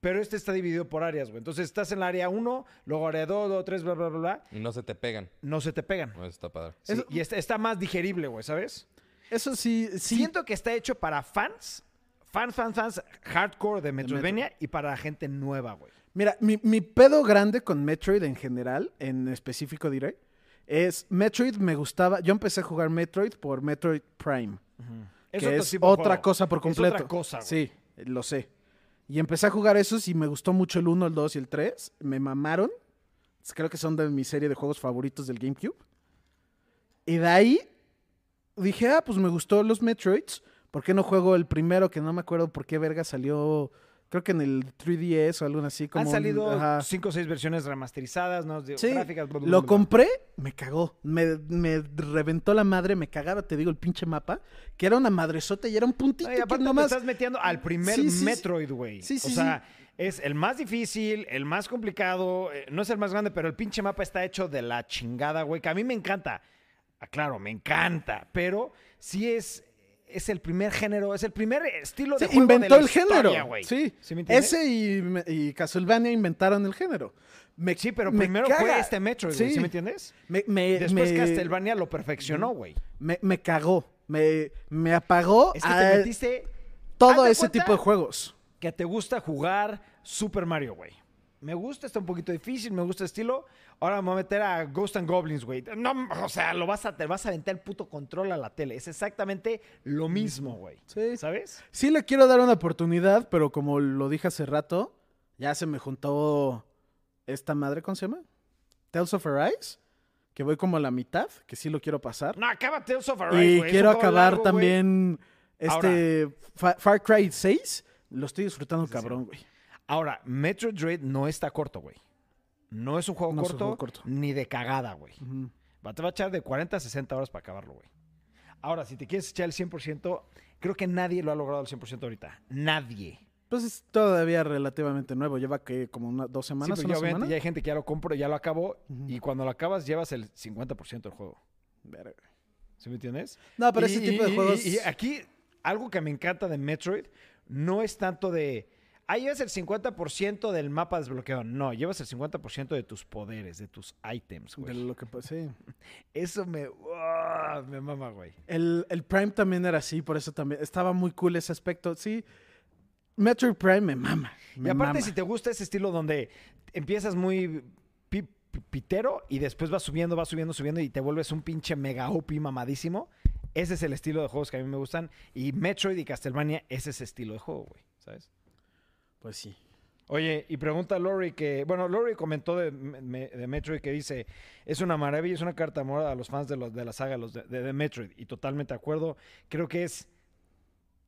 [SPEAKER 1] Pero este está dividido por áreas, güey. Entonces estás en la área 1, luego área 2, 2, 3, bla, bla, bla, bla.
[SPEAKER 3] Y no se te pegan.
[SPEAKER 1] No se te pegan.
[SPEAKER 3] No, eso está padre.
[SPEAKER 1] Sí,
[SPEAKER 2] Eso-
[SPEAKER 1] y está, está más digerible, güey, ¿sabes?
[SPEAKER 2] Eso sí, sí.
[SPEAKER 1] Siento que está hecho para fans, fans, fans, fans, hardcore de Metroidvania y para gente nueva, güey.
[SPEAKER 2] Mira, mi, mi pedo grande con Metroid en general, en específico diré, es Metroid me gustaba. Yo empecé a jugar Metroid por Metroid Prime.
[SPEAKER 1] otro
[SPEAKER 2] que es
[SPEAKER 1] tipo de
[SPEAKER 2] otra
[SPEAKER 1] juego.
[SPEAKER 2] cosa por
[SPEAKER 1] Es
[SPEAKER 2] completo.
[SPEAKER 1] otra cosa, güey.
[SPEAKER 2] Sí, lo sé. Y empecé a jugar esos y me gustó mucho el 1, el 2 y el 3. Me mamaron. Creo que son de mi serie de juegos favoritos del GameCube. Y de ahí dije, ah, pues me gustó los Metroids. ¿Por qué no juego el primero que no me acuerdo por qué verga salió? Creo que en el 3DS o algo así. Como
[SPEAKER 1] Han
[SPEAKER 2] un-
[SPEAKER 1] salido
[SPEAKER 2] ajá.
[SPEAKER 1] cinco o seis versiones remasterizadas, ¿no? De-
[SPEAKER 2] Sí,
[SPEAKER 1] gráficas, bla, bla,
[SPEAKER 2] lo
[SPEAKER 1] bla, bla.
[SPEAKER 2] compré, me cagó. Me, me reventó la madre, me cagaba, te digo, el pinche mapa. Que era una madresota y era un puntito
[SPEAKER 1] No, y
[SPEAKER 2] que
[SPEAKER 1] aparte
[SPEAKER 2] nomás-
[SPEAKER 1] te estás metiendo al primer
[SPEAKER 2] Sí, sí, sí.
[SPEAKER 1] Metroid, güey.
[SPEAKER 2] Sí, sí,
[SPEAKER 1] o sea, es el más difícil, el más complicado, eh, no es el más grande, pero el pinche mapa está hecho de la chingada, güey, que a mí me encanta. Aclaro, me encanta, pero sí es, es el primer género, es el primer estilo de
[SPEAKER 2] Sí,
[SPEAKER 1] juego de
[SPEAKER 2] inventó
[SPEAKER 1] la
[SPEAKER 2] el
[SPEAKER 1] historia,
[SPEAKER 2] género.
[SPEAKER 1] güey.
[SPEAKER 2] Sí.
[SPEAKER 1] ¿Sí me entiendes?
[SPEAKER 2] Ese y, y Castlevania inventaron el género. Me-
[SPEAKER 1] Sí, pero
[SPEAKER 2] me
[SPEAKER 1] primero fue
[SPEAKER 2] caga.
[SPEAKER 1] este Metroid, güey,
[SPEAKER 2] Sí.
[SPEAKER 1] sí. me entiendes?
[SPEAKER 2] Me, me-
[SPEAKER 1] Después
[SPEAKER 2] me-
[SPEAKER 1] Castlevania lo perfeccionó, güey.
[SPEAKER 2] me- me cagó. Me, me apagó
[SPEAKER 1] Es que
[SPEAKER 2] a
[SPEAKER 1] te metiste Haz
[SPEAKER 2] todo
[SPEAKER 1] de
[SPEAKER 2] ese
[SPEAKER 1] cuenta
[SPEAKER 2] tipo de juegos.
[SPEAKER 1] que te gusta jugar Super Mario, güey. Me gusta, está un poquito difícil, me gusta el estilo. Ahora me voy a meter a Ghost and Goblins, güey. No, o sea, lo vas a, te vas a aventar el puto control a la tele. Es exactamente lo mismo, güey.
[SPEAKER 2] Sí.
[SPEAKER 1] ¿Sabes?
[SPEAKER 2] Sí le quiero dar una oportunidad, pero como lo dije hace rato, ya se me juntó esta madre, ¿cómo se llama? Tales of Arise, que voy como a la mitad, que sí lo quiero pasar.
[SPEAKER 1] No, acaba Tales of Mm, Arise,
[SPEAKER 2] y
[SPEAKER 1] güey. Es
[SPEAKER 2] quiero
[SPEAKER 1] un juego
[SPEAKER 2] acabar
[SPEAKER 1] largo, güey.
[SPEAKER 2] también este Fa- Far Cry 6. Lo estoy disfrutando,
[SPEAKER 3] sí.
[SPEAKER 2] cabrón, güey.
[SPEAKER 1] Ahora, Metroid Dread no está corto, güey. No es un juego,
[SPEAKER 2] No es un
[SPEAKER 1] corto,
[SPEAKER 2] juego corto.
[SPEAKER 1] ni de cagada, güey.
[SPEAKER 2] Ujú.
[SPEAKER 1] Va- Te va a echar de 40 a 60 horas para acabarlo, güey. Ahora, si te quieres echar el 100%, creo que nadie lo ha logrado al 100% ahorita. Nadie.
[SPEAKER 2] Pues es todavía relativamente nuevo, lleva que como una- dos
[SPEAKER 1] Sí,
[SPEAKER 2] semanas.
[SPEAKER 1] porque
[SPEAKER 2] una
[SPEAKER 1] ya obviamente
[SPEAKER 2] semana.
[SPEAKER 1] ya hay gente que ya lo compró, ya lo acabó,
[SPEAKER 2] Ujú.
[SPEAKER 1] y cuando lo acabas llevas el 50% del juego.
[SPEAKER 2] Verga.
[SPEAKER 1] ¿Sí me entiendes?
[SPEAKER 2] No, pero ese
[SPEAKER 1] Y-
[SPEAKER 2] tipo de
[SPEAKER 1] y-
[SPEAKER 2] juegos.
[SPEAKER 1] Y, y aquí, algo que me encanta de Metroid, no es tanto de. Ah, llevas el 50% del mapa desbloqueado. No, llevas el 50% de tus poderes, de tus ítems,
[SPEAKER 2] de
[SPEAKER 1] güey.
[SPEAKER 2] lo que, pues, sí.
[SPEAKER 1] Eso me. ¡Uah! me mama, güey.
[SPEAKER 2] El, el Prime también era así, por eso también estaba muy cool ese aspecto. Sí, Metroid Prime me mama.
[SPEAKER 1] Y aparte, si te gusta ese estilo donde empiezas muy pi- pi- pitero y después vas subiendo, vas subiendo, subiendo y te vuelves un pinche mega OP mamadísimo, ese es el estilo de juegos que a mí me gustan. Y Metroid y Castlevania es ese estilo de juego, güey, ¿sabes?
[SPEAKER 2] Pues sí.
[SPEAKER 1] Oye, y pregunta a Lori que, bueno, Lori comentó de, me- de Metroid que dice, es una maravilla, es una carta de amor a los fans de, los, de la saga los de, de- de Metroid. Y totalmente de acuerdo, creo que es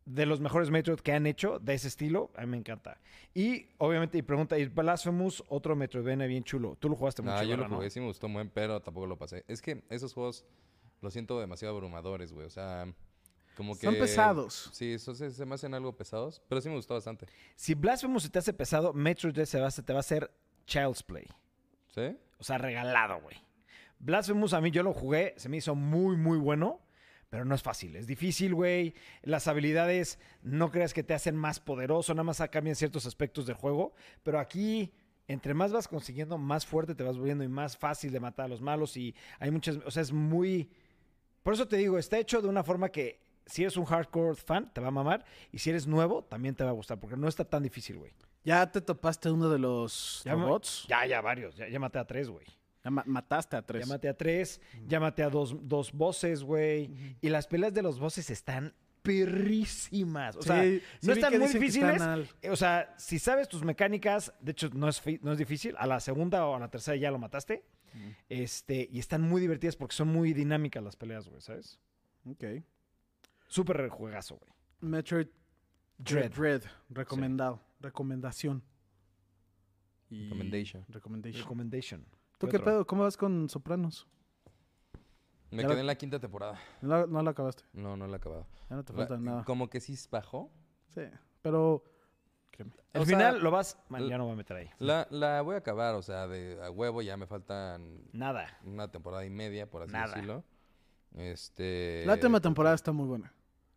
[SPEAKER 1] de los mejores Metroid que han hecho de ese estilo, a mí me encanta. Y obviamente, y pregunta, y Blasphemous, otro Metroidvania bien chulo. Tú lo jugaste mucho,
[SPEAKER 3] No, yo lo
[SPEAKER 1] ¿verdad, no?
[SPEAKER 3] jugué, sí me gustó muy, pero tampoco lo pasé. Es que esos juegos los siento demasiado abrumadores, güey. O sea, como que.
[SPEAKER 2] Son pesados.
[SPEAKER 3] Sí, eso se, se me hacen algo pesados, pero sí me gustó bastante.
[SPEAKER 1] Si Blasphemous se te hace pesado, Metroid Dread se va, se te va a hacer Child's Play.
[SPEAKER 3] ¿Sí?
[SPEAKER 1] O sea, regalado, güey. Blasphemous a mí yo lo jugué, se me hizo muy, muy bueno, pero no es fácil. Es difícil, güey. Las habilidades no creas que te hacen más poderoso, nada más cambian ciertos aspectos del juego. Pero aquí, entre más vas consiguiendo, más fuerte te vas volviendo y más fácil de matar a los malos. Y hay muchas, o sea, es muy... Por eso te digo, está hecho de una forma que si eres un hardcore fan, te va a mamar. Y si eres nuevo, también te va a gustar, porque no está tan difícil, güey.
[SPEAKER 2] Ya te topaste uno de los
[SPEAKER 1] Ya me-
[SPEAKER 2] robots.
[SPEAKER 1] Ya, ya, varios. Ya, ya maté a tres, güey.
[SPEAKER 2] Ya ma- mataste a tres.
[SPEAKER 1] Llámate a tres, llámate a dos, dos voces, güey. Y las peleas de los voces están perrísimas. O
[SPEAKER 2] Sí,
[SPEAKER 1] sea,
[SPEAKER 2] sí
[SPEAKER 1] no
[SPEAKER 2] vi
[SPEAKER 1] están
[SPEAKER 2] que
[SPEAKER 1] muy
[SPEAKER 2] dicen que
[SPEAKER 1] difíciles.
[SPEAKER 2] están al-
[SPEAKER 1] eh, O sea, si sabes tus mecánicas, de hecho no es, fi- no es difícil. A la segunda o a la tercera ya lo mataste. Este, y están muy divertidas porque son muy dinámicas las peleas, güey, ¿sabes?
[SPEAKER 2] Ok.
[SPEAKER 1] Súper juegazo, güey.
[SPEAKER 2] Metroid Dread.
[SPEAKER 1] Dread.
[SPEAKER 2] Recomendado. Recomendación. Y-
[SPEAKER 3] Recommendation.
[SPEAKER 2] Recommendation.
[SPEAKER 1] Recommendation.
[SPEAKER 2] ¿Tú
[SPEAKER 1] ¿Qué
[SPEAKER 2] qué
[SPEAKER 1] otro?
[SPEAKER 2] pedo? ¿Cómo vas con Sopranos?
[SPEAKER 3] Me
[SPEAKER 2] Ya lo-
[SPEAKER 3] quedé en la quinta temporada.
[SPEAKER 2] No, la- no la acabaste.
[SPEAKER 3] No, no la he acabado.
[SPEAKER 2] Ya no te
[SPEAKER 3] La-
[SPEAKER 2] falta nada.
[SPEAKER 3] Como que sí bajó.
[SPEAKER 2] Sí. Pero. Créeme.
[SPEAKER 1] Al
[SPEAKER 3] O sea,
[SPEAKER 1] final lo vas. Man, ya no voy a meter ahí.
[SPEAKER 3] La, la voy a acabar, o sea, de a huevo, ya me faltan
[SPEAKER 1] Nada.
[SPEAKER 3] una temporada y media, por así
[SPEAKER 1] Nada.
[SPEAKER 3] decirlo. Este.
[SPEAKER 2] La última temporada está muy buena.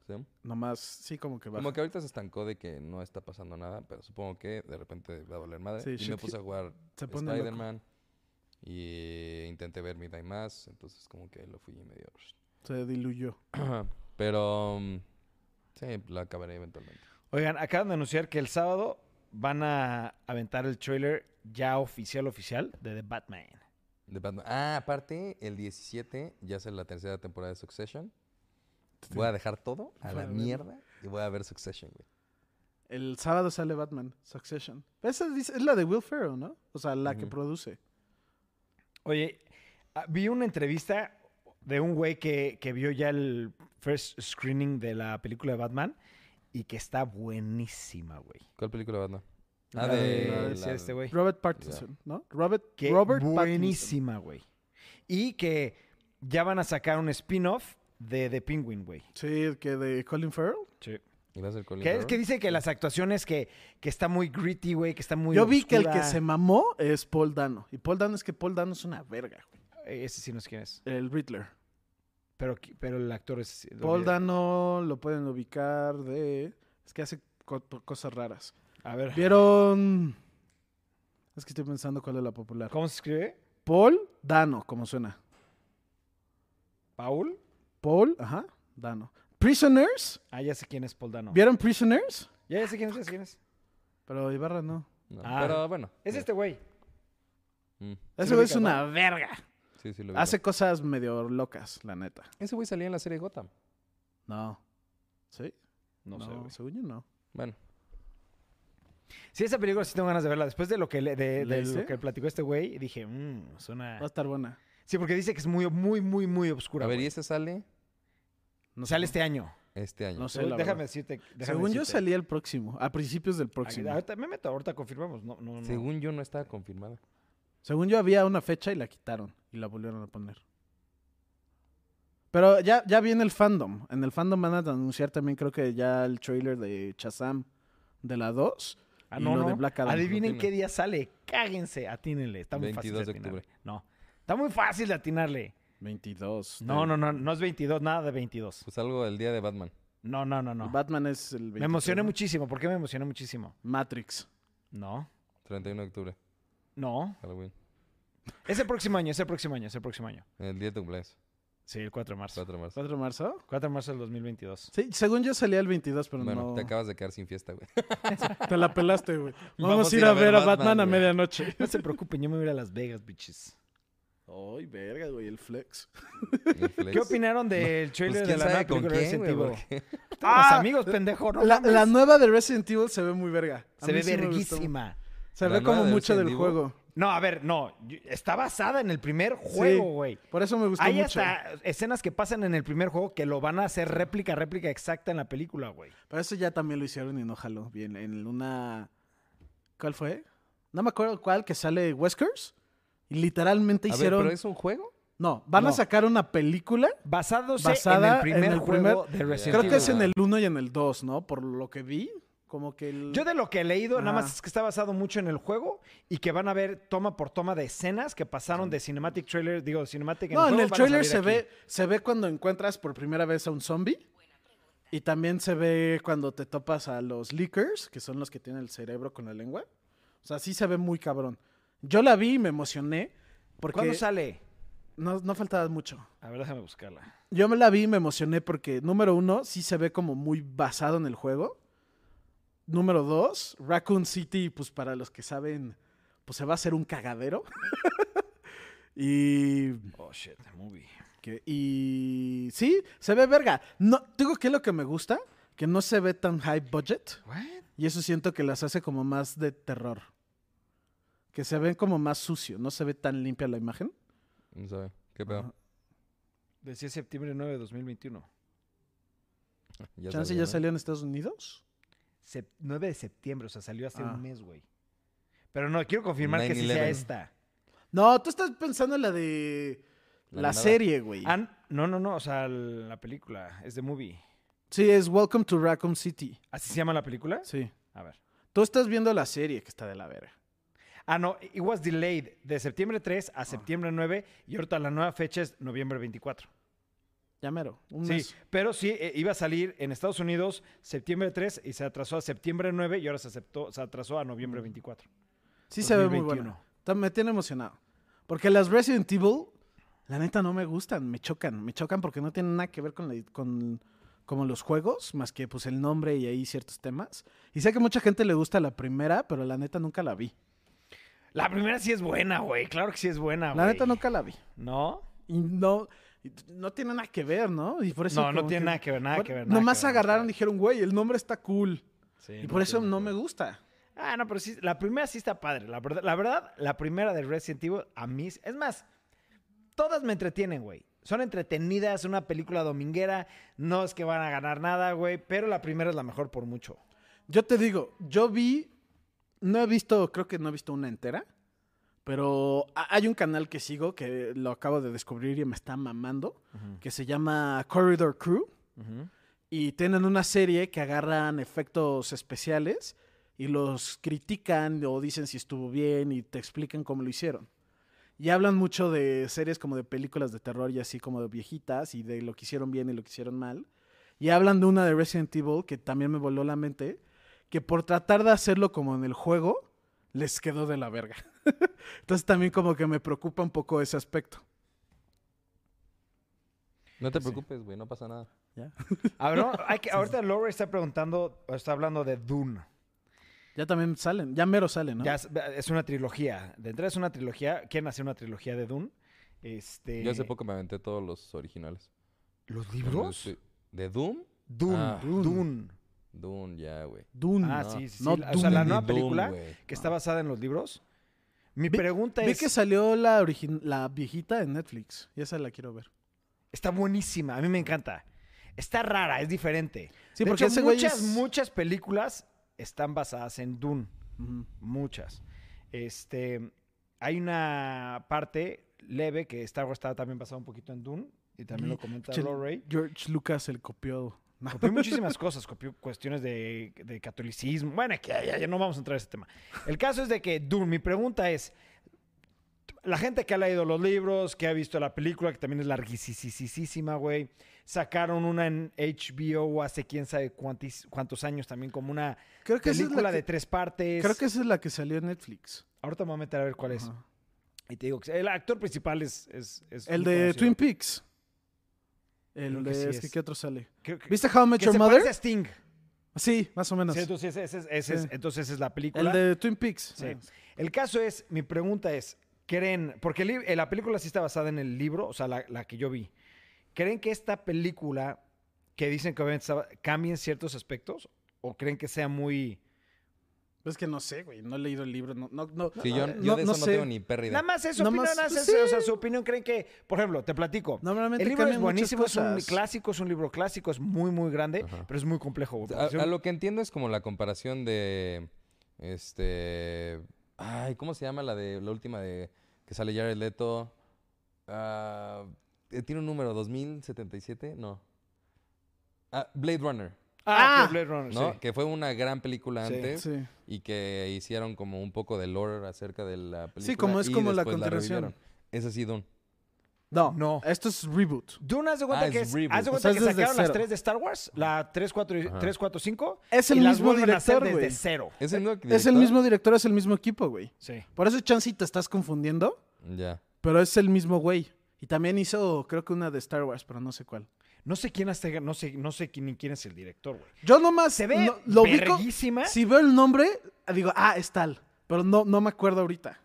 [SPEAKER 3] ¿sí?
[SPEAKER 2] Nomás, sí, como que baja.
[SPEAKER 3] Como que ahorita se estancó de que no está pasando nada, pero supongo que de repente va a valer madre.
[SPEAKER 2] Sí,
[SPEAKER 3] y me
[SPEAKER 2] shit
[SPEAKER 3] puse a jugar
[SPEAKER 2] se pone loco.
[SPEAKER 3] Spider-Man. Y intenté ver Midnight Mass, entonces como que lo fui medio...
[SPEAKER 2] Se diluyó.
[SPEAKER 3] Pero... mm, sí, la acabaré eventualmente.
[SPEAKER 1] Oigan, acaban de anunciar que el sábado van a aventar el trailer ya oficial, oficial de The Batman.
[SPEAKER 3] De Batman- Ah, aparte, el 17 ya es la tercera temporada de Succession. Voy a dejar todo a
[SPEAKER 2] Voy
[SPEAKER 3] la
[SPEAKER 2] a ver.
[SPEAKER 3] mierda y voy a ver Succession, güey.
[SPEAKER 2] El sábado sale Batman, Succession. Esa dice- es la de Will Ferrell, ¿no? O sea, la que
[SPEAKER 3] Ujú.
[SPEAKER 2] produce.
[SPEAKER 1] Oye, ah, vi una entrevista de un güey que, que vio ya el first screening de la película de Batman y que está buenísima, güey.
[SPEAKER 3] ¿Cuál película de Batman?
[SPEAKER 1] La
[SPEAKER 2] de-
[SPEAKER 1] la
[SPEAKER 2] la
[SPEAKER 1] sí,
[SPEAKER 3] de-
[SPEAKER 1] este güey.
[SPEAKER 2] Robert Pattinson, ¿no? Robert,
[SPEAKER 1] Que
[SPEAKER 2] Robert Pattinson.
[SPEAKER 1] buenísima, güey. Y que ya van a sacar un spin-off de The Penguin, güey.
[SPEAKER 2] Sí, que de Colin Farrell.
[SPEAKER 1] Sí.
[SPEAKER 3] ¿Y va a ser Colin
[SPEAKER 1] Que es
[SPEAKER 3] Farrell?
[SPEAKER 1] que dice que las actuaciones que, que está muy gritty, güey, que está muy
[SPEAKER 2] Yo vi que el que
[SPEAKER 1] oscura.
[SPEAKER 2] se mamó es Paul Dano. Y Paul Dano es que Paul Dano es una verga, güey.
[SPEAKER 1] Eh, Ese sí no sé quién es.
[SPEAKER 2] El Riddler.
[SPEAKER 1] Pero, qui- pero el actor es... lo
[SPEAKER 2] Paul
[SPEAKER 1] vi-
[SPEAKER 2] Dano lo pueden ubicar de. Es que hace co- cosas raras.
[SPEAKER 1] A ver,
[SPEAKER 2] ¿Vieron? Es que estoy pensando cuál es la popular.
[SPEAKER 1] ¿cómo se escribe?
[SPEAKER 2] Paul Dano, como suena.
[SPEAKER 1] ¿Paul?
[SPEAKER 2] Paul, ajá, Dano. Prisoners.
[SPEAKER 1] Ah, ya sé quién es Paul Dano.
[SPEAKER 2] ¿Vieron Prisoners?
[SPEAKER 1] Ya, ya sé quién es, ya sé quién es.
[SPEAKER 2] Pero Ibarra no.
[SPEAKER 3] No,
[SPEAKER 1] Ah.
[SPEAKER 3] Pero bueno.
[SPEAKER 1] Es
[SPEAKER 3] mira.
[SPEAKER 1] este güey.
[SPEAKER 3] Mm,
[SPEAKER 1] Sí
[SPEAKER 2] Ese
[SPEAKER 1] lo
[SPEAKER 2] güey
[SPEAKER 1] ubicas,
[SPEAKER 2] es una verga.
[SPEAKER 3] sí, sí lo ubico.
[SPEAKER 2] Hace cosas medio locas, la neta.
[SPEAKER 3] Ese güey salía en la serie Gotham.
[SPEAKER 2] No. ¿Sí?
[SPEAKER 1] No, sé, güey.
[SPEAKER 2] Según yo, no.
[SPEAKER 3] Bueno.
[SPEAKER 1] Sí, esa película sí tengo ganas de verla. Después de lo que, le- de, de
[SPEAKER 2] ¿Leíste?
[SPEAKER 1] lo que platicó este güey, dije, mmm, suena...
[SPEAKER 2] Va a estar buena.
[SPEAKER 1] Sí, porque dice que es muy, muy, muy, muy oscura.
[SPEAKER 3] A ver,
[SPEAKER 1] güey.
[SPEAKER 3] ¿y ese sale
[SPEAKER 2] No sé.
[SPEAKER 1] Sale este año.
[SPEAKER 3] este año?
[SPEAKER 2] No sé,
[SPEAKER 1] Tú-
[SPEAKER 2] la
[SPEAKER 1] déjame
[SPEAKER 2] verdad.
[SPEAKER 1] decirte. déjame
[SPEAKER 2] Según yo
[SPEAKER 1] decirte.
[SPEAKER 2] salía el próximo, a principios del
[SPEAKER 1] Ah,
[SPEAKER 2] próximo.
[SPEAKER 1] Ahorita me meto, ahorita confirmamos. No, no, no.
[SPEAKER 3] Según yo no estaba confirmada.
[SPEAKER 2] Según yo había una fecha y la quitaron y la volvieron a poner. Pero ya, ya viene el fandom. En el fandom van a anunciar también creo que ya el trailer de Shazam de la 2.
[SPEAKER 1] Ah,
[SPEAKER 2] y
[SPEAKER 1] no,
[SPEAKER 2] lo de
[SPEAKER 1] no.
[SPEAKER 2] Black Adam,
[SPEAKER 1] Adivinen
[SPEAKER 3] no
[SPEAKER 1] qué
[SPEAKER 3] tiene.
[SPEAKER 1] día sale. Cáguense, atínenle. Está muy fácil
[SPEAKER 3] 22 de
[SPEAKER 1] atinarle.
[SPEAKER 3] octubre.
[SPEAKER 1] No. Está muy fácil de atinarle.
[SPEAKER 2] 22.
[SPEAKER 1] No,
[SPEAKER 2] de-
[SPEAKER 1] no, no, no es 22, nada de 22.
[SPEAKER 3] Pues algo del día de Batman.
[SPEAKER 1] No, no, no,
[SPEAKER 2] el
[SPEAKER 1] no.
[SPEAKER 2] Batman es el 22.
[SPEAKER 1] Me emocioné
[SPEAKER 2] ¿no?
[SPEAKER 1] muchísimo. ¿Por qué me emocioné muchísimo?
[SPEAKER 2] Matrix.
[SPEAKER 1] No,
[SPEAKER 3] 31 de octubre.
[SPEAKER 1] no.
[SPEAKER 3] Halloween.
[SPEAKER 1] Es el próximo año, es el próximo año, es el próximo año.
[SPEAKER 3] El día de tu cumpleaños.
[SPEAKER 1] Sí, el 4 de marzo.
[SPEAKER 3] 4 de marzo.
[SPEAKER 2] 4 de marzo.
[SPEAKER 1] 4 de marzo del 2022.
[SPEAKER 2] Sí, según yo salía el 22, pero
[SPEAKER 3] Bueno,
[SPEAKER 2] no.
[SPEAKER 3] te acabas de quedar sin fiesta, güey.
[SPEAKER 2] Te la pelaste, güey. Vamos,
[SPEAKER 3] Vamos
[SPEAKER 2] a ir a ver a Batman, a
[SPEAKER 3] güey.
[SPEAKER 2] medianoche.
[SPEAKER 1] No se preocupen, yo me voy a ir a Las Vegas, bitches.
[SPEAKER 2] Ay, verga, güey, el flex.
[SPEAKER 3] El flex.
[SPEAKER 1] ¿Qué opinaron del
[SPEAKER 3] Pues,
[SPEAKER 1] trailer de
[SPEAKER 3] ¿quién
[SPEAKER 1] la
[SPEAKER 3] sabe
[SPEAKER 1] nueva película de Resident
[SPEAKER 3] güey?
[SPEAKER 1] Evil?
[SPEAKER 3] Porque-
[SPEAKER 1] Los
[SPEAKER 2] Ah,
[SPEAKER 1] amigos, pendejo, no
[SPEAKER 2] La,
[SPEAKER 1] mames.
[SPEAKER 2] la nueva de Resident Evil se ve muy verga. A
[SPEAKER 1] Se
[SPEAKER 2] mí
[SPEAKER 1] ve
[SPEAKER 2] sí me gustó.
[SPEAKER 1] verguísima.
[SPEAKER 2] Se
[SPEAKER 3] La
[SPEAKER 2] ve como
[SPEAKER 3] nueva de
[SPEAKER 2] mucho del
[SPEAKER 3] Resident Evil.
[SPEAKER 2] juego.
[SPEAKER 1] No, a ver, no. yo- Está basada en el primer
[SPEAKER 2] Sí,
[SPEAKER 1] juego, güey.
[SPEAKER 2] Por eso me gustó
[SPEAKER 1] Hay
[SPEAKER 2] mucho.
[SPEAKER 1] hasta escenas que pasan en el primer juego que lo van a hacer réplica, réplica exacta en la película, güey.
[SPEAKER 2] Pero eso ya también lo hicieron y no jaló bien. En una. ¿Cuál fue? No me acuerdo cuál que sale Weskers. Y literalmente
[SPEAKER 3] A ver,
[SPEAKER 2] hicieron.
[SPEAKER 3] ¿pero es un juego?
[SPEAKER 2] No, van a
[SPEAKER 1] No.
[SPEAKER 2] sacar una película.
[SPEAKER 1] Basándose en
[SPEAKER 2] Basada
[SPEAKER 1] el primer
[SPEAKER 2] en el
[SPEAKER 1] juego
[SPEAKER 2] primer-
[SPEAKER 1] de Resident
[SPEAKER 2] Creo que es
[SPEAKER 1] Evil.
[SPEAKER 2] en el 1 y en el 2, ¿no? Por lo que vi. Como que el. Ah.
[SPEAKER 1] Yo de lo que he leído, nada más
[SPEAKER 2] Ajá.
[SPEAKER 1] es que está basado mucho en el juego y que van a ver toma por toma de escenas que pasaron de cinematic trailer, digo, cinematic
[SPEAKER 2] No, en
[SPEAKER 1] juego,
[SPEAKER 2] el
[SPEAKER 1] van a
[SPEAKER 2] trailer se
[SPEAKER 1] salir aquí.
[SPEAKER 2] ve, se ve cuando encuentras por primera vez a un zombie. Y también se ve cuando te topas a los leakers, que son los que tienen el cerebro con la lengua. O sea, sí se ve muy cabrón. Yo la vi y me emocioné
[SPEAKER 1] ¿Cuándo
[SPEAKER 2] porque
[SPEAKER 1] sale?
[SPEAKER 2] no, no faltaba mucho.
[SPEAKER 1] A ver, déjame buscarla.
[SPEAKER 2] Yo me la vi y me emocioné porque, número uno, sí se ve como muy basado en el juego. Número dos, Raccoon City, pues para los que saben, pues se va a hacer un cagadero. y
[SPEAKER 1] Oh, shit, the movie.
[SPEAKER 2] que- y sí, se ve verga. No, te digo que es lo que me gusta, que no se ve tan high budget.
[SPEAKER 1] What?
[SPEAKER 2] Y eso siento que las hace como más de terror. Que se ven como más sucio, no se ve tan limpia la imagen.
[SPEAKER 3] No sabe. ¿Qué pedo?
[SPEAKER 2] Ajá.
[SPEAKER 1] Decía septiembre 9 de 2021.
[SPEAKER 3] Ya
[SPEAKER 2] Chance
[SPEAKER 3] salió,
[SPEAKER 2] ya
[SPEAKER 3] ¿no?
[SPEAKER 2] salió en Estados Unidos.
[SPEAKER 1] Sep- 9 de septiembre, o sea, salió hace
[SPEAKER 2] Ah.
[SPEAKER 1] un mes, güey. Pero no, quiero confirmar que sí sea
[SPEAKER 3] 9/11.
[SPEAKER 1] esta.
[SPEAKER 2] No, tú estás pensando en la de la,
[SPEAKER 3] La animada.
[SPEAKER 2] serie, güey.
[SPEAKER 1] Ah, n- no, no, no, o sea, l- la película, es de movie.
[SPEAKER 2] Sí, es Welcome to Raccoon City.
[SPEAKER 1] ¿Así se llama la película?
[SPEAKER 2] Sí.
[SPEAKER 1] A ver.
[SPEAKER 2] Tú estás viendo la serie que está de la verga.
[SPEAKER 1] Ah, no, it was delayed de septiembre 3
[SPEAKER 2] Ah.
[SPEAKER 1] a septiembre 9 y ahorita la nueva fecha es noviembre 24.
[SPEAKER 2] Ya mero, un
[SPEAKER 1] Sí,
[SPEAKER 2] mes.
[SPEAKER 1] pero sí eh, iba a salir en Estados Unidos septiembre 3 y se atrasó a septiembre 9 y ahora se, aceptó, se atrasó a noviembre 24.
[SPEAKER 2] Mm. Sí se ve muy
[SPEAKER 1] 2021.
[SPEAKER 2] bueno. Ta- Me tiene emocionado. Porque las Resident Evil, la neta, no me gustan. Me chocan. Me chocan porque no tienen nada que ver con, la- con como los juegos, más que pues el nombre y ahí ciertos temas. Y sé que mucha gente le gusta la primera, pero la neta nunca la vi.
[SPEAKER 1] La primera sí es buena, güey. Claro que sí es buena,
[SPEAKER 2] la
[SPEAKER 1] Ah, güey.
[SPEAKER 2] neta nunca la vi.
[SPEAKER 1] ¿No?
[SPEAKER 2] Y no, y no tiene nada que ver, ¿no? Y por eso
[SPEAKER 1] No, no
[SPEAKER 2] Pues como
[SPEAKER 1] tiene nada que ver, nada
[SPEAKER 2] por-
[SPEAKER 1] que ver. nada
[SPEAKER 2] Nomás
[SPEAKER 1] que ver, nada que
[SPEAKER 2] agarraron y
[SPEAKER 1] ver.
[SPEAKER 2] dijeron, güey, el nombre está cool.
[SPEAKER 1] Sí,
[SPEAKER 2] y por eso
[SPEAKER 1] tiene
[SPEAKER 2] no
[SPEAKER 1] que
[SPEAKER 2] me
[SPEAKER 1] ver.
[SPEAKER 2] gusta.
[SPEAKER 1] Ah, no, pero sí, la primera sí está padre. La verdad, la verdad, la primera de Resident Evil a mí... Es más, todas me entretienen, güey. Son entretenidas, una película dominguera. No es que van a ganar nada, güey. Pero la primera es la mejor por mucho.
[SPEAKER 2] Yo te digo, yo vi, no he visto, creo que no he visto una entera, pero ha- hay un canal que sigo que lo acabo de descubrir y me está mamando, que se llama Corridor Crew, y tienen una serie que agarran efectos especiales y los critican o dicen si estuvo bien y te explican cómo lo hicieron. Y hablan mucho de series como de películas de terror y así como de viejitas y de lo que hicieron bien y lo que hicieron mal. Y hablan de una de Resident Evil que también me voló la mente, que por tratar de hacerlo como en el juego, les quedó de la verga. Entonces también como que me preocupa un poco ese aspecto.
[SPEAKER 3] No te preocupes, güey, no pasa nada.
[SPEAKER 2] ¿Ya?
[SPEAKER 1] A ver, Ah, no, hay que- ahorita Laura está preguntando, o está hablando de Dune.
[SPEAKER 2] ya también salen, ya mero salen, ¿no?
[SPEAKER 1] Ya es, es una trilogía. De entrada es una trilogía. ¿Quién hace una trilogía de Dune? Este,
[SPEAKER 3] Yo hace poco me aventé todos los originales.
[SPEAKER 1] ¿Los libros?
[SPEAKER 3] Sí. ¿De Doom?
[SPEAKER 1] Dune,
[SPEAKER 3] Ah.
[SPEAKER 1] Dune.
[SPEAKER 3] Doom, ya, güey.
[SPEAKER 2] Dune.
[SPEAKER 1] Ah,
[SPEAKER 2] ¿no?
[SPEAKER 1] sí, sí, sí.
[SPEAKER 2] No,
[SPEAKER 1] o sea, la
[SPEAKER 2] Dune.
[SPEAKER 1] nueva
[SPEAKER 3] Dune,
[SPEAKER 1] película
[SPEAKER 3] güey.
[SPEAKER 1] que está basada en los libros. Mi
[SPEAKER 2] Vi-
[SPEAKER 1] pregunta
[SPEAKER 2] Vi
[SPEAKER 1] es...
[SPEAKER 2] Ah. que salió la, origi- la viejita en Netflix y esa la quiero ver.
[SPEAKER 1] Está buenísima, a mí me encanta. Está rara, es diferente.
[SPEAKER 2] Sí,
[SPEAKER 1] De
[SPEAKER 2] porque
[SPEAKER 1] hecho,
[SPEAKER 2] ese güey
[SPEAKER 1] muchas,
[SPEAKER 2] es-
[SPEAKER 1] muchas películas están basadas en Dune.
[SPEAKER 2] Ujú.
[SPEAKER 1] Muchas. Este, hay una parte leve que Star Wars está también basada un poquito en Dune. Y también lo comenta
[SPEAKER 2] Che,
[SPEAKER 1] Lorray.
[SPEAKER 2] George Lucas el copió. No.
[SPEAKER 1] Copió muchísimas cosas, copió cuestiones de, de catolicismo. Bueno, que ya, ya no vamos a entrar a ese tema. El caso es de que Dune, mi pregunta es, la gente que ha leído los libros, que ha visto la película, que también es larguísima, güey, sacaron una en HBO hace quién sabe cuántis- cuántos años también, como una
[SPEAKER 2] Creo que esa es
[SPEAKER 1] película
[SPEAKER 2] la
[SPEAKER 1] de
[SPEAKER 2] que,
[SPEAKER 1] tres partes.
[SPEAKER 2] creo que esa es la que salió en Netflix.
[SPEAKER 1] Ahorita me voy a meter a ver cuál es.
[SPEAKER 2] Ajá.
[SPEAKER 1] Y te digo, que el actor principal es... es- es
[SPEAKER 2] El
[SPEAKER 1] muy
[SPEAKER 2] de
[SPEAKER 1] conocido.
[SPEAKER 2] Twin Peaks. El
[SPEAKER 1] Creo que
[SPEAKER 2] de
[SPEAKER 1] sí
[SPEAKER 2] es que,
[SPEAKER 1] es.
[SPEAKER 2] ¿qué otro sale?
[SPEAKER 1] Creo que-
[SPEAKER 2] ¿Viste How I Met
[SPEAKER 1] que se
[SPEAKER 2] Your Mother?
[SPEAKER 1] parece a Sting.
[SPEAKER 2] Sí, más o menos.
[SPEAKER 1] Sí, entonces, ese es- ese es-
[SPEAKER 2] Sí.
[SPEAKER 1] entonces es la película.
[SPEAKER 2] el de Twin Peaks.
[SPEAKER 1] Sí. El caso es, mi pregunta es, ¿creen, porque el lib- eh, la película sí está basada en el libro, o sea, la, la que yo vi, ¿creen que esta película, que dicen que obviamente estaba- cambien ciertos aspectos, o creen que sea muy...
[SPEAKER 2] Es que no sé, güey. No he leído el libro. No, no, no.
[SPEAKER 3] Sí, yo, yo
[SPEAKER 2] no-
[SPEAKER 3] de
[SPEAKER 2] no
[SPEAKER 3] eso no
[SPEAKER 2] sé.
[SPEAKER 3] tengo ni perra idea.
[SPEAKER 1] Nada más es su
[SPEAKER 2] Nada
[SPEAKER 1] opinión,
[SPEAKER 2] más,
[SPEAKER 1] nada más
[SPEAKER 2] pues,
[SPEAKER 1] es-
[SPEAKER 2] sí.
[SPEAKER 1] o sea, su opinión creen que, por ejemplo, te platico.
[SPEAKER 2] Normalmente
[SPEAKER 1] el libro es
[SPEAKER 2] cambian muchas
[SPEAKER 1] buenísimo, es un
[SPEAKER 2] cosas.
[SPEAKER 1] clásico, es un libro clásico, es muy, muy grande,
[SPEAKER 3] Ajá.
[SPEAKER 1] pero es muy complejo. güey,
[SPEAKER 3] A,
[SPEAKER 1] porque
[SPEAKER 3] a
[SPEAKER 1] son-
[SPEAKER 3] lo que entiendo es como la comparación de. Este. Ay, ¿cómo se llama la de la última de que sale Jared Leto? Ah, eh, Tiene un número, 2077, no. Ah, Blade Runner,
[SPEAKER 1] Ah,
[SPEAKER 2] Ah.
[SPEAKER 1] ok, Blade Runner,
[SPEAKER 3] ¿no?
[SPEAKER 1] sí.
[SPEAKER 3] Que fue una gran película
[SPEAKER 1] Sí.
[SPEAKER 3] antes
[SPEAKER 2] Sí.
[SPEAKER 3] y que hicieron como un poco de lore acerca de la película.
[SPEAKER 2] como es
[SPEAKER 3] y
[SPEAKER 2] como la
[SPEAKER 3] después
[SPEAKER 2] continuación.
[SPEAKER 3] revivieron. Es así, Dune.
[SPEAKER 2] No,
[SPEAKER 1] No.
[SPEAKER 2] no. Esto es reboot.
[SPEAKER 1] Dune, haz de cuenta
[SPEAKER 3] Ah,
[SPEAKER 1] que,
[SPEAKER 3] es
[SPEAKER 1] es-
[SPEAKER 3] reboot.
[SPEAKER 1] haz de
[SPEAKER 3] O
[SPEAKER 1] cuenta
[SPEAKER 2] sea, es
[SPEAKER 1] que
[SPEAKER 2] desde
[SPEAKER 1] sacaron las
[SPEAKER 2] cero.
[SPEAKER 1] tres de Star Wars, la 3, 4 y
[SPEAKER 3] Ajá.
[SPEAKER 1] 3, 4, 5.
[SPEAKER 2] Es el
[SPEAKER 1] y las
[SPEAKER 2] mismo
[SPEAKER 1] vuelven a hacer
[SPEAKER 2] director,
[SPEAKER 1] desde
[SPEAKER 2] güey.
[SPEAKER 1] cero.
[SPEAKER 3] ¿Es el mismo
[SPEAKER 2] Es el
[SPEAKER 3] director?
[SPEAKER 2] mismo director, es el mismo equipo, güey.
[SPEAKER 1] Sí.
[SPEAKER 2] Por eso, Chansey, te estás confundiendo.
[SPEAKER 3] Ya.
[SPEAKER 2] Pero es el mismo güey. Y también hizo, creo que una de Star Wars, pero no sé cuál.
[SPEAKER 1] No sé quién hasta, no sé, no sé quién, ni quién es el director, güey.
[SPEAKER 2] Yo nomás
[SPEAKER 1] Se ve
[SPEAKER 2] no- lo ubico.
[SPEAKER 1] verguísima.
[SPEAKER 2] Si veo el nombre, digo, ah, es tal. Pero no, no me acuerdo ahorita.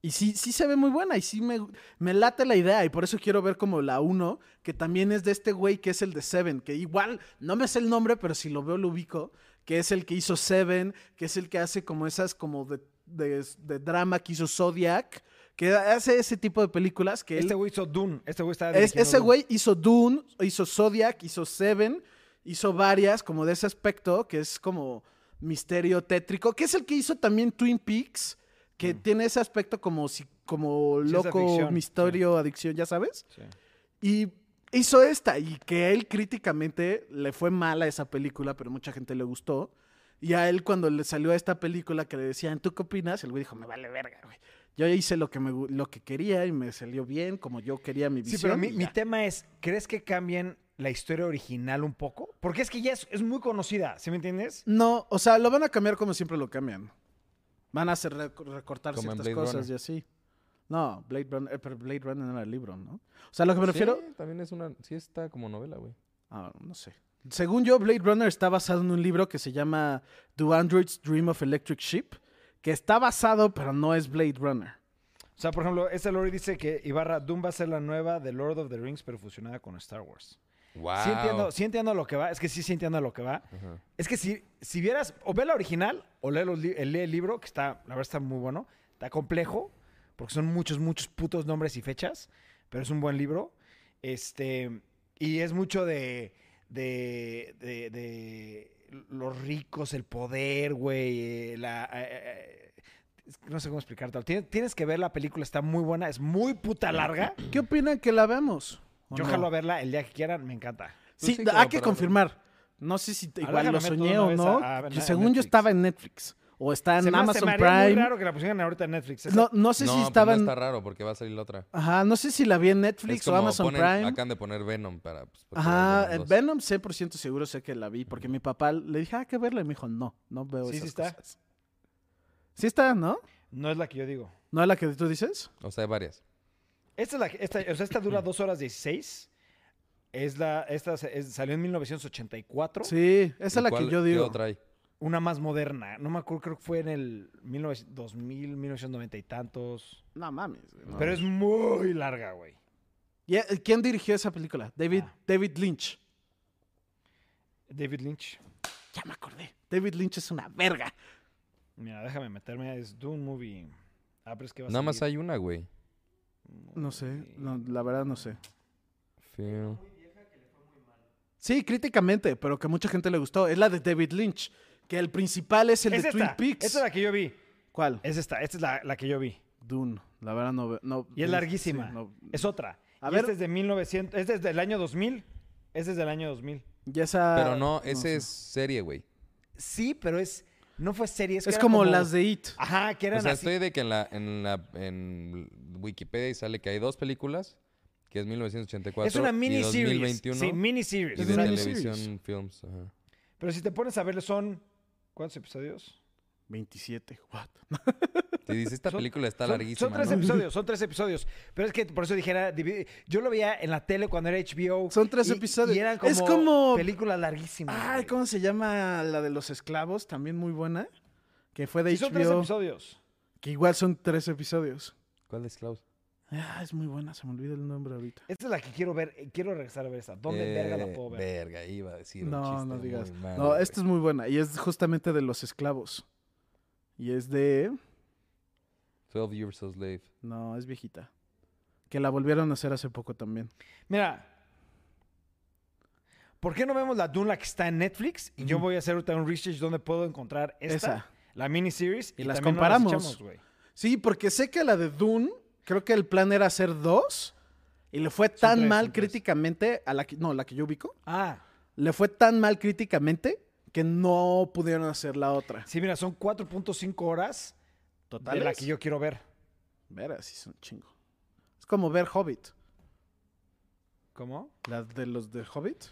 [SPEAKER 2] Y sí, sí se ve muy buena y sí me, me late la idea. Y por eso quiero ver como la 1, que también es de este güey que es el de Seven. Que igual, no me sé el nombre, pero si lo veo lo ubico. Que es el que hizo Seven, que es el que hace como esas como de, de- de drama que hizo Zodiac. Que hace ese tipo de películas que él-
[SPEAKER 1] Este güey hizo Dune. Este güey está
[SPEAKER 2] es-
[SPEAKER 1] dirigiendo
[SPEAKER 2] ese
[SPEAKER 1] Dune.
[SPEAKER 2] güey hizo Dune, hizo Zodiac, hizo Seven, hizo varias como de ese aspecto que es como misterio tétrico, que es el que hizo también Twin Peaks, que tiene ese aspecto como, si- como
[SPEAKER 1] Mm. Ciencia
[SPEAKER 2] loco,
[SPEAKER 1] ficción,
[SPEAKER 2] misterio, adicción, ya sabes.
[SPEAKER 1] Sí.
[SPEAKER 2] Y hizo esta, y que él críticamente le fue mal a esa película, pero mucha gente le gustó. Y a él cuando le salió esta película que le decían, ¿tú qué opinas? El güey dijo, me vale verga, güey. Yo ya hice lo que, me, gu- lo que quería y me salió bien, como yo quería mi
[SPEAKER 1] Sí,
[SPEAKER 2] visión.
[SPEAKER 1] pero mi,
[SPEAKER 2] y
[SPEAKER 1] mi
[SPEAKER 2] ya".
[SPEAKER 1] tema es, ¿crees que cambien la historia original un poco? Porque es que ya es, es muy conocida, ¿sí me entiendes?
[SPEAKER 2] No, o sea, lo van a cambiar como siempre lo cambian. Van a hacer rec- recortar
[SPEAKER 3] Como en
[SPEAKER 2] ciertas
[SPEAKER 3] Blade
[SPEAKER 2] cosas
[SPEAKER 3] Runner.
[SPEAKER 2] y así. No, Blade Runner, eh, pero Blade Runner era el libro, ¿no? O sea, lo que me refiero.
[SPEAKER 3] Sí, también es una. Sí, está como novela, güey.
[SPEAKER 2] Ah, no sé. Según yo, Blade Runner está basado en un libro que se llama Do Androids Dream of Electric Sheep, que está basado, pero no es Blade Runner.
[SPEAKER 1] O sea, por ejemplo, este Lori dice que Ibarra Dune va a ser la nueva de Lord of the Rings, pero fusionada con Star Wars.
[SPEAKER 3] Wow.
[SPEAKER 1] Sí entiendo, sí entiendo a lo que va, es que sí, sí entiendo a lo que va.
[SPEAKER 3] Ajá.
[SPEAKER 1] Es que si, si vieras, o ve la original, o lee, los li- eh, lee el libro, que está, la verdad está muy bueno, está complejo, porque son muchos, muchos putos nombres y fechas, pero es un buen libro. Este, y es mucho de, de, de, de los ricos, el poder, güey, eh, la... eh, eh, es que no sé cómo explicártelo. Tien- Tienes que ver la película, está muy buena, es muy puta larga.
[SPEAKER 2] ¿Qué opinan que la veamos? ¿O
[SPEAKER 1] Yo
[SPEAKER 2] no?
[SPEAKER 1] jalo a verla el día que quieran, me encanta.
[SPEAKER 2] Sí,
[SPEAKER 3] sí,
[SPEAKER 2] hay
[SPEAKER 3] como
[SPEAKER 2] que
[SPEAKER 3] para-
[SPEAKER 2] confirmar. No sé si te-
[SPEAKER 1] Ahora
[SPEAKER 2] igual
[SPEAKER 1] déjame
[SPEAKER 2] lo
[SPEAKER 1] meto
[SPEAKER 2] soñé
[SPEAKER 1] una
[SPEAKER 2] o
[SPEAKER 1] vez
[SPEAKER 2] no.
[SPEAKER 1] a- a- a
[SPEAKER 2] Según yo
[SPEAKER 1] Netflix.
[SPEAKER 2] estaba en Netflix. o está en
[SPEAKER 1] Se me- se
[SPEAKER 2] Amazon
[SPEAKER 1] me haría muy
[SPEAKER 2] Prime.
[SPEAKER 1] raro que la pusieran ahorita en Netflix.
[SPEAKER 2] No, no sé
[SPEAKER 3] no,
[SPEAKER 2] si
[SPEAKER 3] pues
[SPEAKER 2] estaban.
[SPEAKER 3] no está raro porque va a salir la otra.
[SPEAKER 2] Ajá, no sé si la vi en Netflix
[SPEAKER 3] Es
[SPEAKER 2] o
[SPEAKER 3] como
[SPEAKER 2] Amazon
[SPEAKER 3] ponen-
[SPEAKER 2] Prime.
[SPEAKER 3] Acaban de poner Venom para. pues, porque
[SPEAKER 2] Ajá,
[SPEAKER 3] Venom
[SPEAKER 2] eh,
[SPEAKER 3] dos.
[SPEAKER 2] Venom 100% seguro sé que la vi, porque mi papá le dije, ah, hay que verla, y me dijo, no, no veo
[SPEAKER 1] Sí, sí
[SPEAKER 2] esas
[SPEAKER 1] está.
[SPEAKER 2] cosas". Sí está, ¿no?
[SPEAKER 1] No es la que yo digo.
[SPEAKER 2] ¿No es la que tú dices?
[SPEAKER 3] O sea, hay varias.
[SPEAKER 1] Esta, es la, que- esta, o sea, esta dura 2 horas 16. Es la, esta se- es- salió en 1984.
[SPEAKER 2] Sí, esa
[SPEAKER 3] ¿Y
[SPEAKER 2] es la
[SPEAKER 3] cuál-
[SPEAKER 2] que yo digo.
[SPEAKER 3] ¿Qué otra hay?
[SPEAKER 1] Una más moderna. No me acuerdo, creo que fue en el 1900 2000, 1990 y tantos.
[SPEAKER 2] No mames. güey, no.
[SPEAKER 1] Pero es muy larga, güey.
[SPEAKER 2] ¿Y, eh, ¿Quién dirigió esa película? David,
[SPEAKER 1] Ah.
[SPEAKER 2] David Lynch.
[SPEAKER 1] David Lynch.
[SPEAKER 2] Ya me acordé. David Lynch es una verga.
[SPEAKER 1] Mira, déjame meterme. Es Dune Movie. Ah, pero es que va a
[SPEAKER 3] Nada más
[SPEAKER 1] salir.
[SPEAKER 3] hay una, güey.
[SPEAKER 2] No sé, no, la verdad no sé.
[SPEAKER 3] Feo.
[SPEAKER 2] Sí, críticamente, pero que a mucha gente le gustó. Es la de David Lynch, que el principal es el
[SPEAKER 1] Es
[SPEAKER 2] de
[SPEAKER 1] esta.
[SPEAKER 2] Twin Peaks.
[SPEAKER 1] Esta es la que yo vi.
[SPEAKER 2] ¿Cuál?
[SPEAKER 1] Es esta. Esta es la, la que yo vi.
[SPEAKER 2] Dune. La verdad no veo. no-
[SPEAKER 1] Y es
[SPEAKER 2] sí,
[SPEAKER 1] larguísima.
[SPEAKER 2] no-
[SPEAKER 1] Es otra.
[SPEAKER 2] A
[SPEAKER 1] y
[SPEAKER 2] ver.
[SPEAKER 1] esta es de 1900. Esta es del año 2000. Esta es del año 2000.
[SPEAKER 2] y esa-
[SPEAKER 3] Pero no, ese
[SPEAKER 2] Ah, sé.
[SPEAKER 3] es serie, güey.
[SPEAKER 1] Sí, pero es. No fue serie.
[SPEAKER 2] Es como, las de It.
[SPEAKER 1] Ajá, que eran
[SPEAKER 3] O sea, este
[SPEAKER 1] así.
[SPEAKER 3] estoy de que en la, en la en Wikipedia y sale que hay dos películas, que es 1984
[SPEAKER 1] Es una
[SPEAKER 3] y
[SPEAKER 1] miniseries.
[SPEAKER 3] 2021.
[SPEAKER 1] Sí,
[SPEAKER 3] y
[SPEAKER 1] miniseries.
[SPEAKER 2] Es
[SPEAKER 3] de
[SPEAKER 2] una
[SPEAKER 3] Televisión
[SPEAKER 2] miniseries.
[SPEAKER 3] Films. ajá.
[SPEAKER 1] Pero si te pones a verlo, son. ¿Cuántos episodios?
[SPEAKER 2] 27, what?
[SPEAKER 3] Te dice, esta
[SPEAKER 1] Son-
[SPEAKER 3] película está
[SPEAKER 1] son,
[SPEAKER 3] larguísima.
[SPEAKER 1] Son tres
[SPEAKER 3] ¿no?
[SPEAKER 1] episodios, son tres episodios. Pero es que por eso dijera. divi- Yo lo veía en la tele cuando era HBO.
[SPEAKER 2] Son tres
[SPEAKER 1] y-
[SPEAKER 2] episodios.
[SPEAKER 1] Y eran como,
[SPEAKER 2] Es como-
[SPEAKER 1] películas larguísimas.
[SPEAKER 2] Ay,
[SPEAKER 1] güey.
[SPEAKER 2] ¿cómo se llama la de los esclavos? También muy buena. Que fue de
[SPEAKER 1] Sí, son tres
[SPEAKER 2] HBO.
[SPEAKER 1] episodios.
[SPEAKER 2] Que igual son tres episodios.
[SPEAKER 3] ¿Cuál es Klaus?
[SPEAKER 2] Ah, es muy buena, se me olvida el nombre ahorita.
[SPEAKER 1] Esta es la que quiero ver. eh, Quiero regresar a ver esta. ¿Dónde
[SPEAKER 3] Eh,
[SPEAKER 1] verga la puedo ver?
[SPEAKER 3] Verga, iba a decir. un
[SPEAKER 2] No,
[SPEAKER 3] chiste
[SPEAKER 2] no
[SPEAKER 3] muy
[SPEAKER 2] digas.
[SPEAKER 3] malo,
[SPEAKER 2] No,
[SPEAKER 3] güey.
[SPEAKER 2] esta es muy buena. Y es justamente de los esclavos. Y es de.
[SPEAKER 3] 12 Years a Slave.
[SPEAKER 2] No, es viejita. Que la volvieron a hacer hace poco también.
[SPEAKER 1] Mira. ¿Por qué no vemos la Dune la que está en Netflix? Y yo
[SPEAKER 2] Ujú.
[SPEAKER 1] voy a hacer ahorita un research donde puedo encontrar esta,
[SPEAKER 2] Esa.
[SPEAKER 1] la miniseries.
[SPEAKER 2] Y las
[SPEAKER 1] también no
[SPEAKER 2] comparamos.
[SPEAKER 1] echamos, güey.
[SPEAKER 2] Sí, porque sé que la de Dune, creo que el plan era hacer dos. Y le fue tan
[SPEAKER 1] tres,
[SPEAKER 2] mal
[SPEAKER 1] son tres.
[SPEAKER 2] críticamente a la que. No, la que yo ubico.
[SPEAKER 1] Ah,
[SPEAKER 2] le fue tan mal críticamente que no pudieron hacer la otra.
[SPEAKER 1] sí, mira, son 4.5 horas de la
[SPEAKER 2] ¿Totales?
[SPEAKER 1] que yo quiero ver.
[SPEAKER 2] Ver así es un chingo. Es como ver Hobbit.
[SPEAKER 1] ¿Cómo?
[SPEAKER 2] La de los de Hobbit.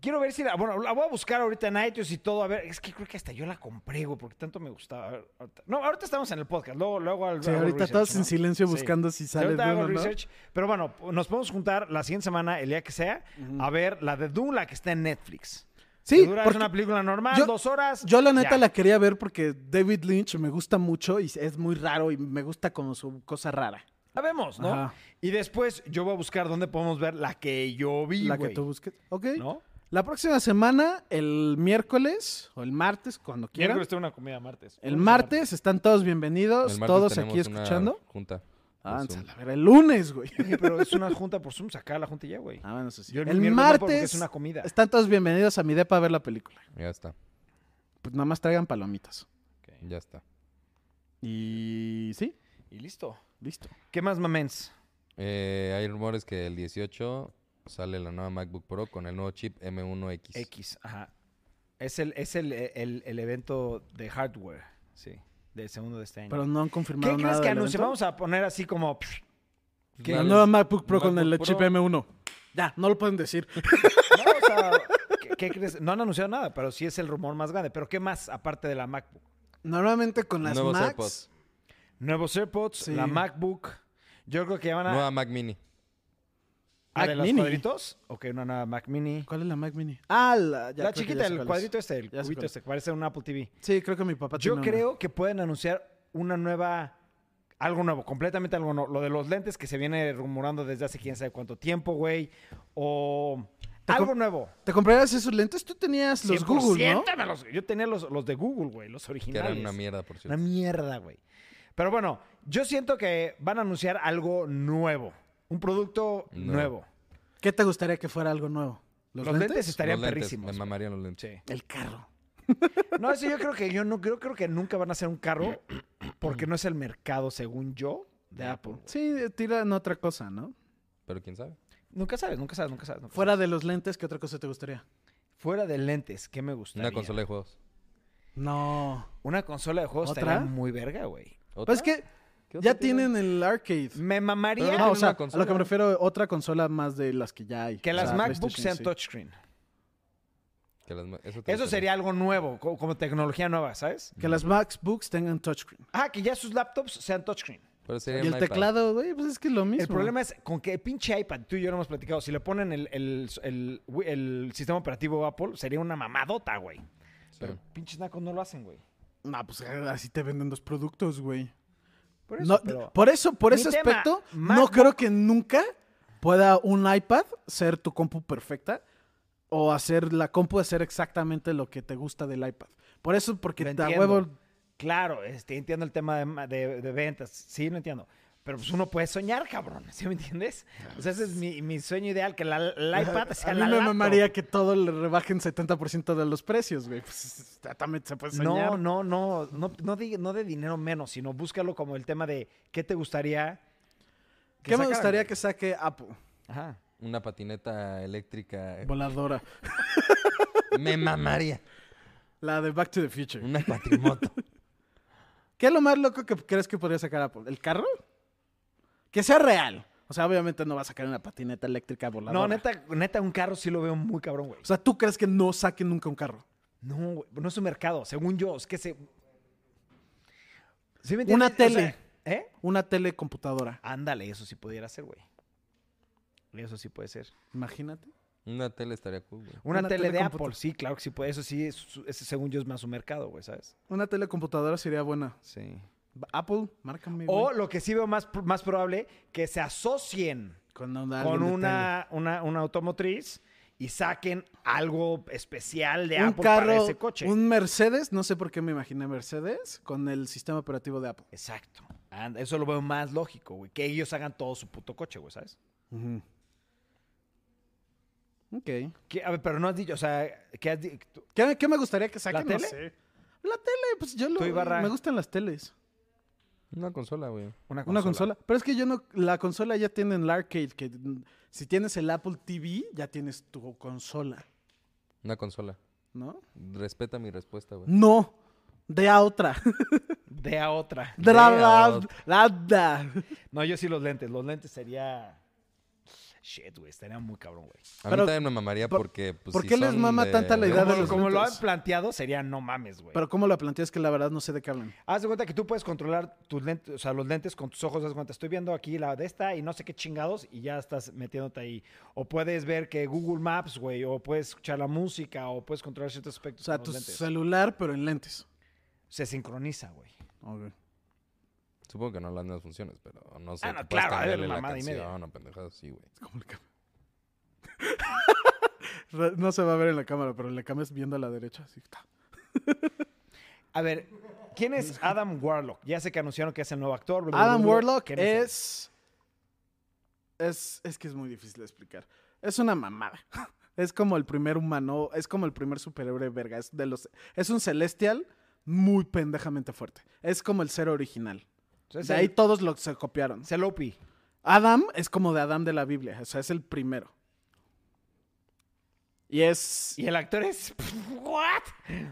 [SPEAKER 1] Quiero ver si la. Bueno, la voy a buscar ahorita en iTunes y todo. A ver, es que creo que hasta yo la compré, güey, porque tanto me gustaba. A ver, ahorita- No, ahorita estamos en el podcast. Luego, luego al-
[SPEAKER 2] Sí,
[SPEAKER 1] hago
[SPEAKER 2] ahorita
[SPEAKER 1] research,
[SPEAKER 2] todos en
[SPEAKER 1] ¿no?
[SPEAKER 2] silencio
[SPEAKER 1] Sí.
[SPEAKER 2] buscando si sale
[SPEAKER 1] ahorita
[SPEAKER 2] de
[SPEAKER 1] hago
[SPEAKER 2] uno, ¿no?
[SPEAKER 1] research. Pero bueno, nos podemos juntar la siguiente semana, el día que sea, a ver la de Dune, la que está en Netflix.
[SPEAKER 2] Sí,
[SPEAKER 1] Que dura- es
[SPEAKER 2] porque
[SPEAKER 1] una película normal,
[SPEAKER 2] yo-
[SPEAKER 1] dos horas.
[SPEAKER 2] yo la neta
[SPEAKER 1] ya.
[SPEAKER 2] la quería ver porque David Lynch me gusta mucho y es muy raro y me gusta como su cosa rara.
[SPEAKER 1] La vemos, ¿no?
[SPEAKER 2] Ajá.
[SPEAKER 1] Y después yo voy a buscar dónde podemos ver la que yo vi,
[SPEAKER 2] la
[SPEAKER 1] güey,
[SPEAKER 2] que tú busques. Ok.
[SPEAKER 1] ¿No?
[SPEAKER 2] La próxima semana, el miércoles o el martes, cuando quieran.
[SPEAKER 1] Quiero que una comida martes.
[SPEAKER 2] El martes están todos bienvenidos,
[SPEAKER 3] El martes
[SPEAKER 2] todos
[SPEAKER 3] tenemos
[SPEAKER 2] aquí
[SPEAKER 3] una
[SPEAKER 2] escuchando.
[SPEAKER 3] Junta.
[SPEAKER 2] Ah,
[SPEAKER 3] de Zoom.
[SPEAKER 2] a la verga, el lunes, güey.
[SPEAKER 1] Oye, pero es una junta por Zoom, saca la junta ya, güey.
[SPEAKER 2] Ah, bueno, eso sí.
[SPEAKER 1] Yo el
[SPEAKER 2] el
[SPEAKER 1] miércoles no puedo porque
[SPEAKER 2] martes
[SPEAKER 1] es una comida.
[SPEAKER 2] están todos bienvenidos a mi depa a ver la película.
[SPEAKER 3] Ya está,
[SPEAKER 2] Pues nada más traigan palomitas.
[SPEAKER 3] ya está.
[SPEAKER 2] Y sí,
[SPEAKER 1] Y listo.
[SPEAKER 2] listo.
[SPEAKER 1] ¿Qué más, mamens?
[SPEAKER 3] Eh, hay rumores que el 18 sale la nueva MacBook Pro con el nuevo chip M1X.
[SPEAKER 1] X, ajá. Es el, es el, el- el evento de hardware, sí, del segundo de este año.
[SPEAKER 2] Pero no han confirmado
[SPEAKER 1] ¿Qué
[SPEAKER 2] nada.
[SPEAKER 1] crees que
[SPEAKER 2] del
[SPEAKER 1] anuncie?
[SPEAKER 2] evento.
[SPEAKER 1] Vamos a poner así como... pff,
[SPEAKER 3] Pues
[SPEAKER 2] La
[SPEAKER 3] nada,
[SPEAKER 2] nueva
[SPEAKER 3] es-
[SPEAKER 2] MacBook Pro con
[SPEAKER 3] MacBook
[SPEAKER 2] el
[SPEAKER 3] Pro.
[SPEAKER 2] chip M1. Ya, no lo pueden decir.
[SPEAKER 1] No, o sea, ¿qué, qué crees? No han anunciado nada, pero sí es el rumor más grande. ¿Pero qué más aparte de la MacBook?
[SPEAKER 2] Normalmente con las
[SPEAKER 3] Nuevos
[SPEAKER 2] Macs.
[SPEAKER 3] AirPods.
[SPEAKER 1] Nuevos AirPods,
[SPEAKER 2] Sí.
[SPEAKER 1] la MacBook. Yo creo que ya van a...
[SPEAKER 3] Nueva Mac Mini.
[SPEAKER 1] ¿Ah, de
[SPEAKER 2] Mac
[SPEAKER 1] los
[SPEAKER 2] Mini.
[SPEAKER 1] cuadritos? Ok, una nueva Mac Mini.
[SPEAKER 2] ¿Cuál es la Mac Mini? Ah, la, ya
[SPEAKER 1] la
[SPEAKER 2] creo que
[SPEAKER 1] chiquita,
[SPEAKER 2] ya sé
[SPEAKER 1] el
[SPEAKER 2] cuál es.
[SPEAKER 1] cuadrito este, el
[SPEAKER 2] Ya
[SPEAKER 1] cubito
[SPEAKER 2] sé cuál
[SPEAKER 1] este, que parece un Apple TV.
[SPEAKER 2] Sí, creo que mi papá
[SPEAKER 1] Yo
[SPEAKER 2] tiene una.
[SPEAKER 1] creo que pueden anunciar una nueva, algo nuevo, completamente algo nuevo. Lo de los lentes que se viene rumorando desde hace quién sabe cuánto tiempo, güey. O
[SPEAKER 2] Te
[SPEAKER 1] algo
[SPEAKER 2] com-
[SPEAKER 1] nuevo.
[SPEAKER 2] ¿Te comprarías esos lentes? Tú tenías los Google, ¿no?
[SPEAKER 1] 100% me los- yo tenía los, los de Google, güey, los
[SPEAKER 3] Que
[SPEAKER 1] originales.
[SPEAKER 3] eran una mierda, por
[SPEAKER 1] Una
[SPEAKER 3] cierto.
[SPEAKER 1] mierda, güey. Pero bueno, yo siento que van a anunciar algo nuevo. Un producto
[SPEAKER 3] No.
[SPEAKER 1] nuevo.
[SPEAKER 2] ¿Qué te gustaría que fuera algo nuevo?
[SPEAKER 1] Los, lentes? estarían
[SPEAKER 3] Los lentes,
[SPEAKER 1] perrísimos.
[SPEAKER 3] Me
[SPEAKER 1] güey.
[SPEAKER 3] mamarían los lentes.
[SPEAKER 1] Sí.
[SPEAKER 2] El carro.
[SPEAKER 1] No, eso yo creo que yo no creo, creo que nunca van a ser un carro porque no es el mercado, según yo, de Apple.
[SPEAKER 3] pues.
[SPEAKER 2] Sí, tiran otra cosa, ¿no?
[SPEAKER 3] Pero quién sabe.
[SPEAKER 1] Nunca sabes, nunca sabes, nunca sabes. nunca
[SPEAKER 2] Fuera de los lentes, ¿qué otra cosa te gustaría?
[SPEAKER 1] sabes. Fuera de lentes, ¿qué me
[SPEAKER 3] Una
[SPEAKER 1] gustaría?
[SPEAKER 3] consola de juegos.
[SPEAKER 2] No.
[SPEAKER 1] Una consola de juegos
[SPEAKER 2] ¿Otra?
[SPEAKER 1] estaría muy verga, güey.
[SPEAKER 2] Pues es que
[SPEAKER 3] ¿Qué otra
[SPEAKER 2] ya tienen el arcade.
[SPEAKER 1] Me
[SPEAKER 3] Pero
[SPEAKER 1] mamaría
[SPEAKER 2] Ah, o
[SPEAKER 3] tienen
[SPEAKER 2] sea,
[SPEAKER 3] una
[SPEAKER 2] a
[SPEAKER 3] consola.
[SPEAKER 2] lo que me refiero, otra consola más de las que ya hay.
[SPEAKER 1] que
[SPEAKER 2] O
[SPEAKER 1] las
[SPEAKER 2] sea,
[SPEAKER 1] MacBooks
[SPEAKER 2] Ah, PlayStation,
[SPEAKER 1] sean
[SPEAKER 2] sí.
[SPEAKER 1] touchscreen.
[SPEAKER 3] Que las ma- eso, te
[SPEAKER 1] Eso
[SPEAKER 3] gustaría.
[SPEAKER 1] sería algo nuevo, co- como tecnología nueva, ¿sabes?
[SPEAKER 2] Que las MacBooks tengan touchscreen.
[SPEAKER 1] Ah, que ya sus laptops sean touchscreen.
[SPEAKER 3] Pero
[SPEAKER 2] Y
[SPEAKER 3] sería
[SPEAKER 2] el
[SPEAKER 3] un iPad.
[SPEAKER 2] teclado, güey, pues es que es lo mismo.
[SPEAKER 1] El problema es con que pinche iPad, tú y yo lo hemos platicado, si le ponen el, el- el- el sistema operativo Apple, sería una mamadota, güey.
[SPEAKER 3] Sí.
[SPEAKER 1] Pero pinches nacos no lo hacen, güey.
[SPEAKER 2] No, pues eh, así te venden dos productos, güey.
[SPEAKER 1] Por
[SPEAKER 2] No,
[SPEAKER 1] pero-
[SPEAKER 2] por eso, por
[SPEAKER 1] Mi
[SPEAKER 2] ese
[SPEAKER 1] tema,
[SPEAKER 2] aspecto, no
[SPEAKER 1] MacBook-
[SPEAKER 2] creo que nunca pueda un iPad ser tu compu perfecta o hacer la compu hacer exactamente lo que te gusta del iPad. Por eso, porque
[SPEAKER 1] Lo
[SPEAKER 2] te a
[SPEAKER 1] entiendo.
[SPEAKER 2] huevo
[SPEAKER 1] Claro, este, entiendo el tema de, ma- de- de ventas, sí, lo entiendo. Pero pues uno puede soñar, cabrón, ¿sí me entiendes? O sea, ese es mi, mi sueño ideal, que la, la iPad sea
[SPEAKER 2] Ah, a mí
[SPEAKER 1] la
[SPEAKER 2] me
[SPEAKER 1] laptop.
[SPEAKER 2] mamaría que todo le rebajen 70% de los precios, güey. Pues ya también se puede soñar.
[SPEAKER 1] No, no, no, no, no de, no de dinero menos, sino búscalo como el tema de qué te gustaría. que
[SPEAKER 2] ¿Qué me
[SPEAKER 1] sacaran,
[SPEAKER 2] gustaría
[SPEAKER 1] güey?
[SPEAKER 2] que saque Apple?
[SPEAKER 1] Ajá.
[SPEAKER 3] Una patineta
[SPEAKER 1] Eh.
[SPEAKER 3] eléctrica. eh,
[SPEAKER 2] Voladora.
[SPEAKER 3] Me mamaría.
[SPEAKER 2] La de Back to the Future.
[SPEAKER 3] Una cuatrimoto.
[SPEAKER 2] ¿Qué es lo más loco que crees que podría sacar Apple? ¿El carro? Que sea real. O sea, obviamente no va a sacar una patineta eléctrica voladora.
[SPEAKER 1] No, neta, neta, un carro sí lo veo muy cabrón, güey.
[SPEAKER 2] O sea, ¿tú crees que no saquen nunca un carro?
[SPEAKER 1] No, güey, no es un mercado, según yo, es que se... ¿Sí me
[SPEAKER 2] Una
[SPEAKER 1] entiendes? O sea,
[SPEAKER 2] tele.
[SPEAKER 1] ¿Eh?
[SPEAKER 2] Una telecomputadora.
[SPEAKER 1] Ándale, eso sí pudiera ser, güey. Eso sí puede ser.
[SPEAKER 2] Imagínate.
[SPEAKER 3] Una tele estaría cool, güey.
[SPEAKER 1] Una,
[SPEAKER 2] Una
[SPEAKER 1] tele de
[SPEAKER 2] telecomput-
[SPEAKER 1] Apple, sí, claro que sí puede. Eso sí, es su- ese según yo es más un mercado, güey, ¿sabes?
[SPEAKER 2] Una telecomputadora sería buena.
[SPEAKER 1] Sí.
[SPEAKER 2] Apple, márcame.
[SPEAKER 1] O
[SPEAKER 2] güey,
[SPEAKER 1] lo que sí veo más, pr- más probable, que se asocien
[SPEAKER 2] con una,
[SPEAKER 1] con
[SPEAKER 2] alguien de
[SPEAKER 1] una, una, una automotriz y saquen algo especial de
[SPEAKER 2] tele. un
[SPEAKER 1] Apple
[SPEAKER 2] carro,
[SPEAKER 1] para ese coche.
[SPEAKER 2] un Mercedes, no sé por qué me imaginé Mercedes, con el sistema operativo de Apple.
[SPEAKER 1] Exacto. And- Eso lo veo más lógico, güey. Que ellos hagan todo su puto coche, güey, ¿sabes?
[SPEAKER 2] Ok.
[SPEAKER 1] Que- a ver, pero no has dicho, o sea, que has di- tú-
[SPEAKER 2] ¿Qué, qué me gustaría que saquen?
[SPEAKER 1] ¿La
[SPEAKER 2] No
[SPEAKER 1] tele?
[SPEAKER 2] sé. La tele, pues yo lo...
[SPEAKER 1] Tú, Ibarra.
[SPEAKER 2] Me gustan las teles.
[SPEAKER 3] Una consola, güey.
[SPEAKER 1] una
[SPEAKER 2] Una consola. Pero es que yo no... La consola ya tiene el arcade, que mm, si tienes el Apple TV, ya tienes tu consola,
[SPEAKER 3] Una consola.
[SPEAKER 2] ¿no?
[SPEAKER 3] Respeta mi respuesta, güey.
[SPEAKER 2] No, de a otra.
[SPEAKER 1] De a otra.
[SPEAKER 2] De la,
[SPEAKER 3] De
[SPEAKER 2] la-
[SPEAKER 3] otra.
[SPEAKER 2] la- la-
[SPEAKER 1] No, yo sí los lentes. Los lentes sería. Shit, güey. Estaría muy cabrón, güey.
[SPEAKER 3] A
[SPEAKER 2] Pero-
[SPEAKER 3] mí también me mamaría
[SPEAKER 2] ¿por-
[SPEAKER 3] porque... Pues,
[SPEAKER 2] por
[SPEAKER 3] si
[SPEAKER 2] qué les
[SPEAKER 3] son
[SPEAKER 2] mama tanta la idea de
[SPEAKER 1] Como,
[SPEAKER 2] los
[SPEAKER 1] como lo han
[SPEAKER 2] lentes.
[SPEAKER 1] planteado, sería no mames, güey.
[SPEAKER 2] Pero cómo lo planteas que la verdad no sé de qué hablan.
[SPEAKER 1] Haz de cuenta que tú puedes controlar tus lentes, o sea, los lentes con tus ojos. Haz de cuenta, estoy viendo aquí la de esta y no sé qué chingados y ya estás metiéndote ahí. O puedes ver que Google Maps, güey, o puedes escuchar la música, o puedes controlar ciertos
[SPEAKER 2] O
[SPEAKER 1] aspectos
[SPEAKER 2] sea,
[SPEAKER 1] con
[SPEAKER 2] tu
[SPEAKER 1] los lentes.
[SPEAKER 2] celular, pero en lentes.
[SPEAKER 1] Se sincroniza, güey.
[SPEAKER 3] Supongo que no las nuevas funciones, pero no sé.
[SPEAKER 1] Ah, no,
[SPEAKER 3] que puedas
[SPEAKER 1] claro, ha de haber
[SPEAKER 3] cambiarle la
[SPEAKER 1] mamada y media.
[SPEAKER 3] canción o pendejadas, sí, güey.
[SPEAKER 2] ¿Cómo le cambias? no se va a ver en la cámara, pero le cambias viendo a la derecha. así, ta.
[SPEAKER 1] A ver, ¿quién es Adam Warlock? Ya sé que anunciaron que es el nuevo actor. bla, bla,
[SPEAKER 2] Adam
[SPEAKER 1] bla, bla.
[SPEAKER 2] Warlock
[SPEAKER 1] ¿Quién él?
[SPEAKER 2] es... es... Es que es muy difícil de explicar. Es una mamada. Es como el primer humano, es como el primer superhéroe verga. Es, de los, es un celestial muy pendejamente fuerte. Es como el cero original.
[SPEAKER 1] Entonces,
[SPEAKER 2] de ahí
[SPEAKER 1] el-
[SPEAKER 2] todos lo, se copiaron.
[SPEAKER 1] es el OP.
[SPEAKER 2] Adam es como de Adam de la Biblia, o sea, es el primero. Y es...
[SPEAKER 1] Y el actor es. ¿What?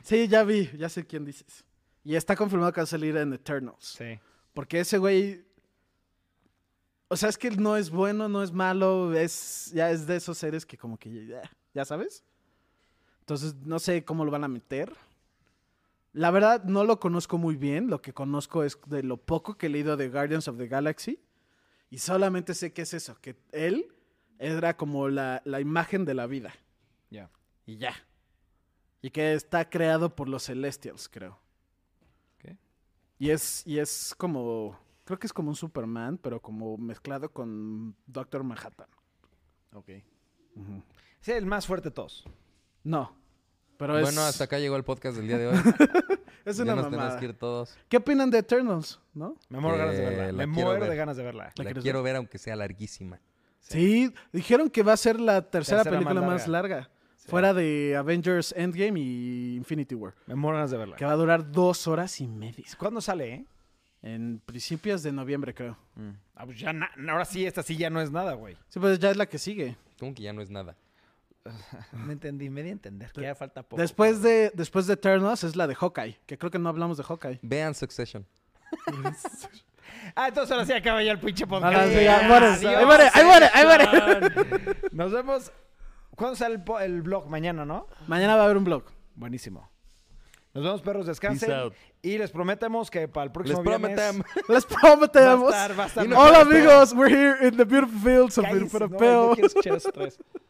[SPEAKER 2] Sí, ya vi, ya sé quién dices. Y está confirmado que va a salir en Eternals.
[SPEAKER 1] Sí.
[SPEAKER 2] Porque ese güey... O sea, es que no es bueno, no es malo, es ya es de esos seres que como que ya, ya sabes. Entonces, no sé cómo lo van a meter. La verdad, no lo conozco muy bien. Lo que conozco es de lo poco que he leído de Guardians of the Galaxy. Y solamente sé que es eso, que él era como la, la imagen de la vida.
[SPEAKER 1] Ya.
[SPEAKER 2] Y ya. Y que está creado por los Celestials, creo.
[SPEAKER 3] Ok.
[SPEAKER 2] Y es, y es como. Creo que es como un Superman, pero como mezclado con Doctor Manhattan.
[SPEAKER 1] Ok. Es el más fuerte de todos.
[SPEAKER 2] No. Pero es.
[SPEAKER 3] Bueno, hasta acá llegó el podcast del día de hoy.
[SPEAKER 2] Es
[SPEAKER 3] ya
[SPEAKER 2] una
[SPEAKER 3] nos tenemos
[SPEAKER 2] mamada.
[SPEAKER 3] que ir todos.
[SPEAKER 2] ¿Qué opinan de Eternals? ¿No?
[SPEAKER 1] Me muero de ganas de
[SPEAKER 3] Eh,
[SPEAKER 1] verla.
[SPEAKER 3] la
[SPEAKER 1] Me
[SPEAKER 3] quiero
[SPEAKER 1] muero de
[SPEAKER 3] ver.
[SPEAKER 1] ganas de verla.
[SPEAKER 2] ¿La
[SPEAKER 3] La
[SPEAKER 2] quieres
[SPEAKER 3] quiero ver aunque sea larguísima.
[SPEAKER 2] Sí. dijeron que va a ser la tercera,
[SPEAKER 1] Tercera más
[SPEAKER 2] película más larga.
[SPEAKER 1] larga.
[SPEAKER 2] Fuera de Avengers Endgame y Infinity War.
[SPEAKER 1] Me muero de ganas de verla.
[SPEAKER 2] Que va a durar dos horas y media.
[SPEAKER 1] ¿Cuándo sale, eh?
[SPEAKER 2] En principios de noviembre, creo.
[SPEAKER 1] Ah, pues ya na- ahora sí, esta sí ya no es nada, güey.
[SPEAKER 2] Sí, pues ya es la que sigue.
[SPEAKER 3] Como que ya no es nada.
[SPEAKER 1] No entendí, me di a entender que ya falta poco.
[SPEAKER 2] Después de, después de Turn Us es la de Hawkeye, que creo que no hablamos de Hawkeye.
[SPEAKER 3] Vean Succession.
[SPEAKER 1] Ah, entonces ahora sí acaba ya el pinche podcast.
[SPEAKER 2] Ahora sí,
[SPEAKER 1] Eh,
[SPEAKER 2] ya, mueres.
[SPEAKER 1] adiós.
[SPEAKER 2] Ahí muere, ahí muere, ahí muere.
[SPEAKER 1] Nos vemos. ¿Cuándo sale el, po- el blog? Mañana, ¿no?
[SPEAKER 2] Mañana va a haber un blog.
[SPEAKER 1] Buenísimo. Nos vemos, perros, descansen.
[SPEAKER 3] Peace out.
[SPEAKER 1] Y les prometemos que para el
[SPEAKER 3] Les
[SPEAKER 1] próximo viernes...
[SPEAKER 3] prometem.
[SPEAKER 2] Les prometemos.
[SPEAKER 1] Va a estar, va a estar.
[SPEAKER 2] Hola amigos, we're here in the beautiful fields of
[SPEAKER 1] Cállese, no,
[SPEAKER 2] Irpapeo.
[SPEAKER 1] no quiero escuchar esos tres.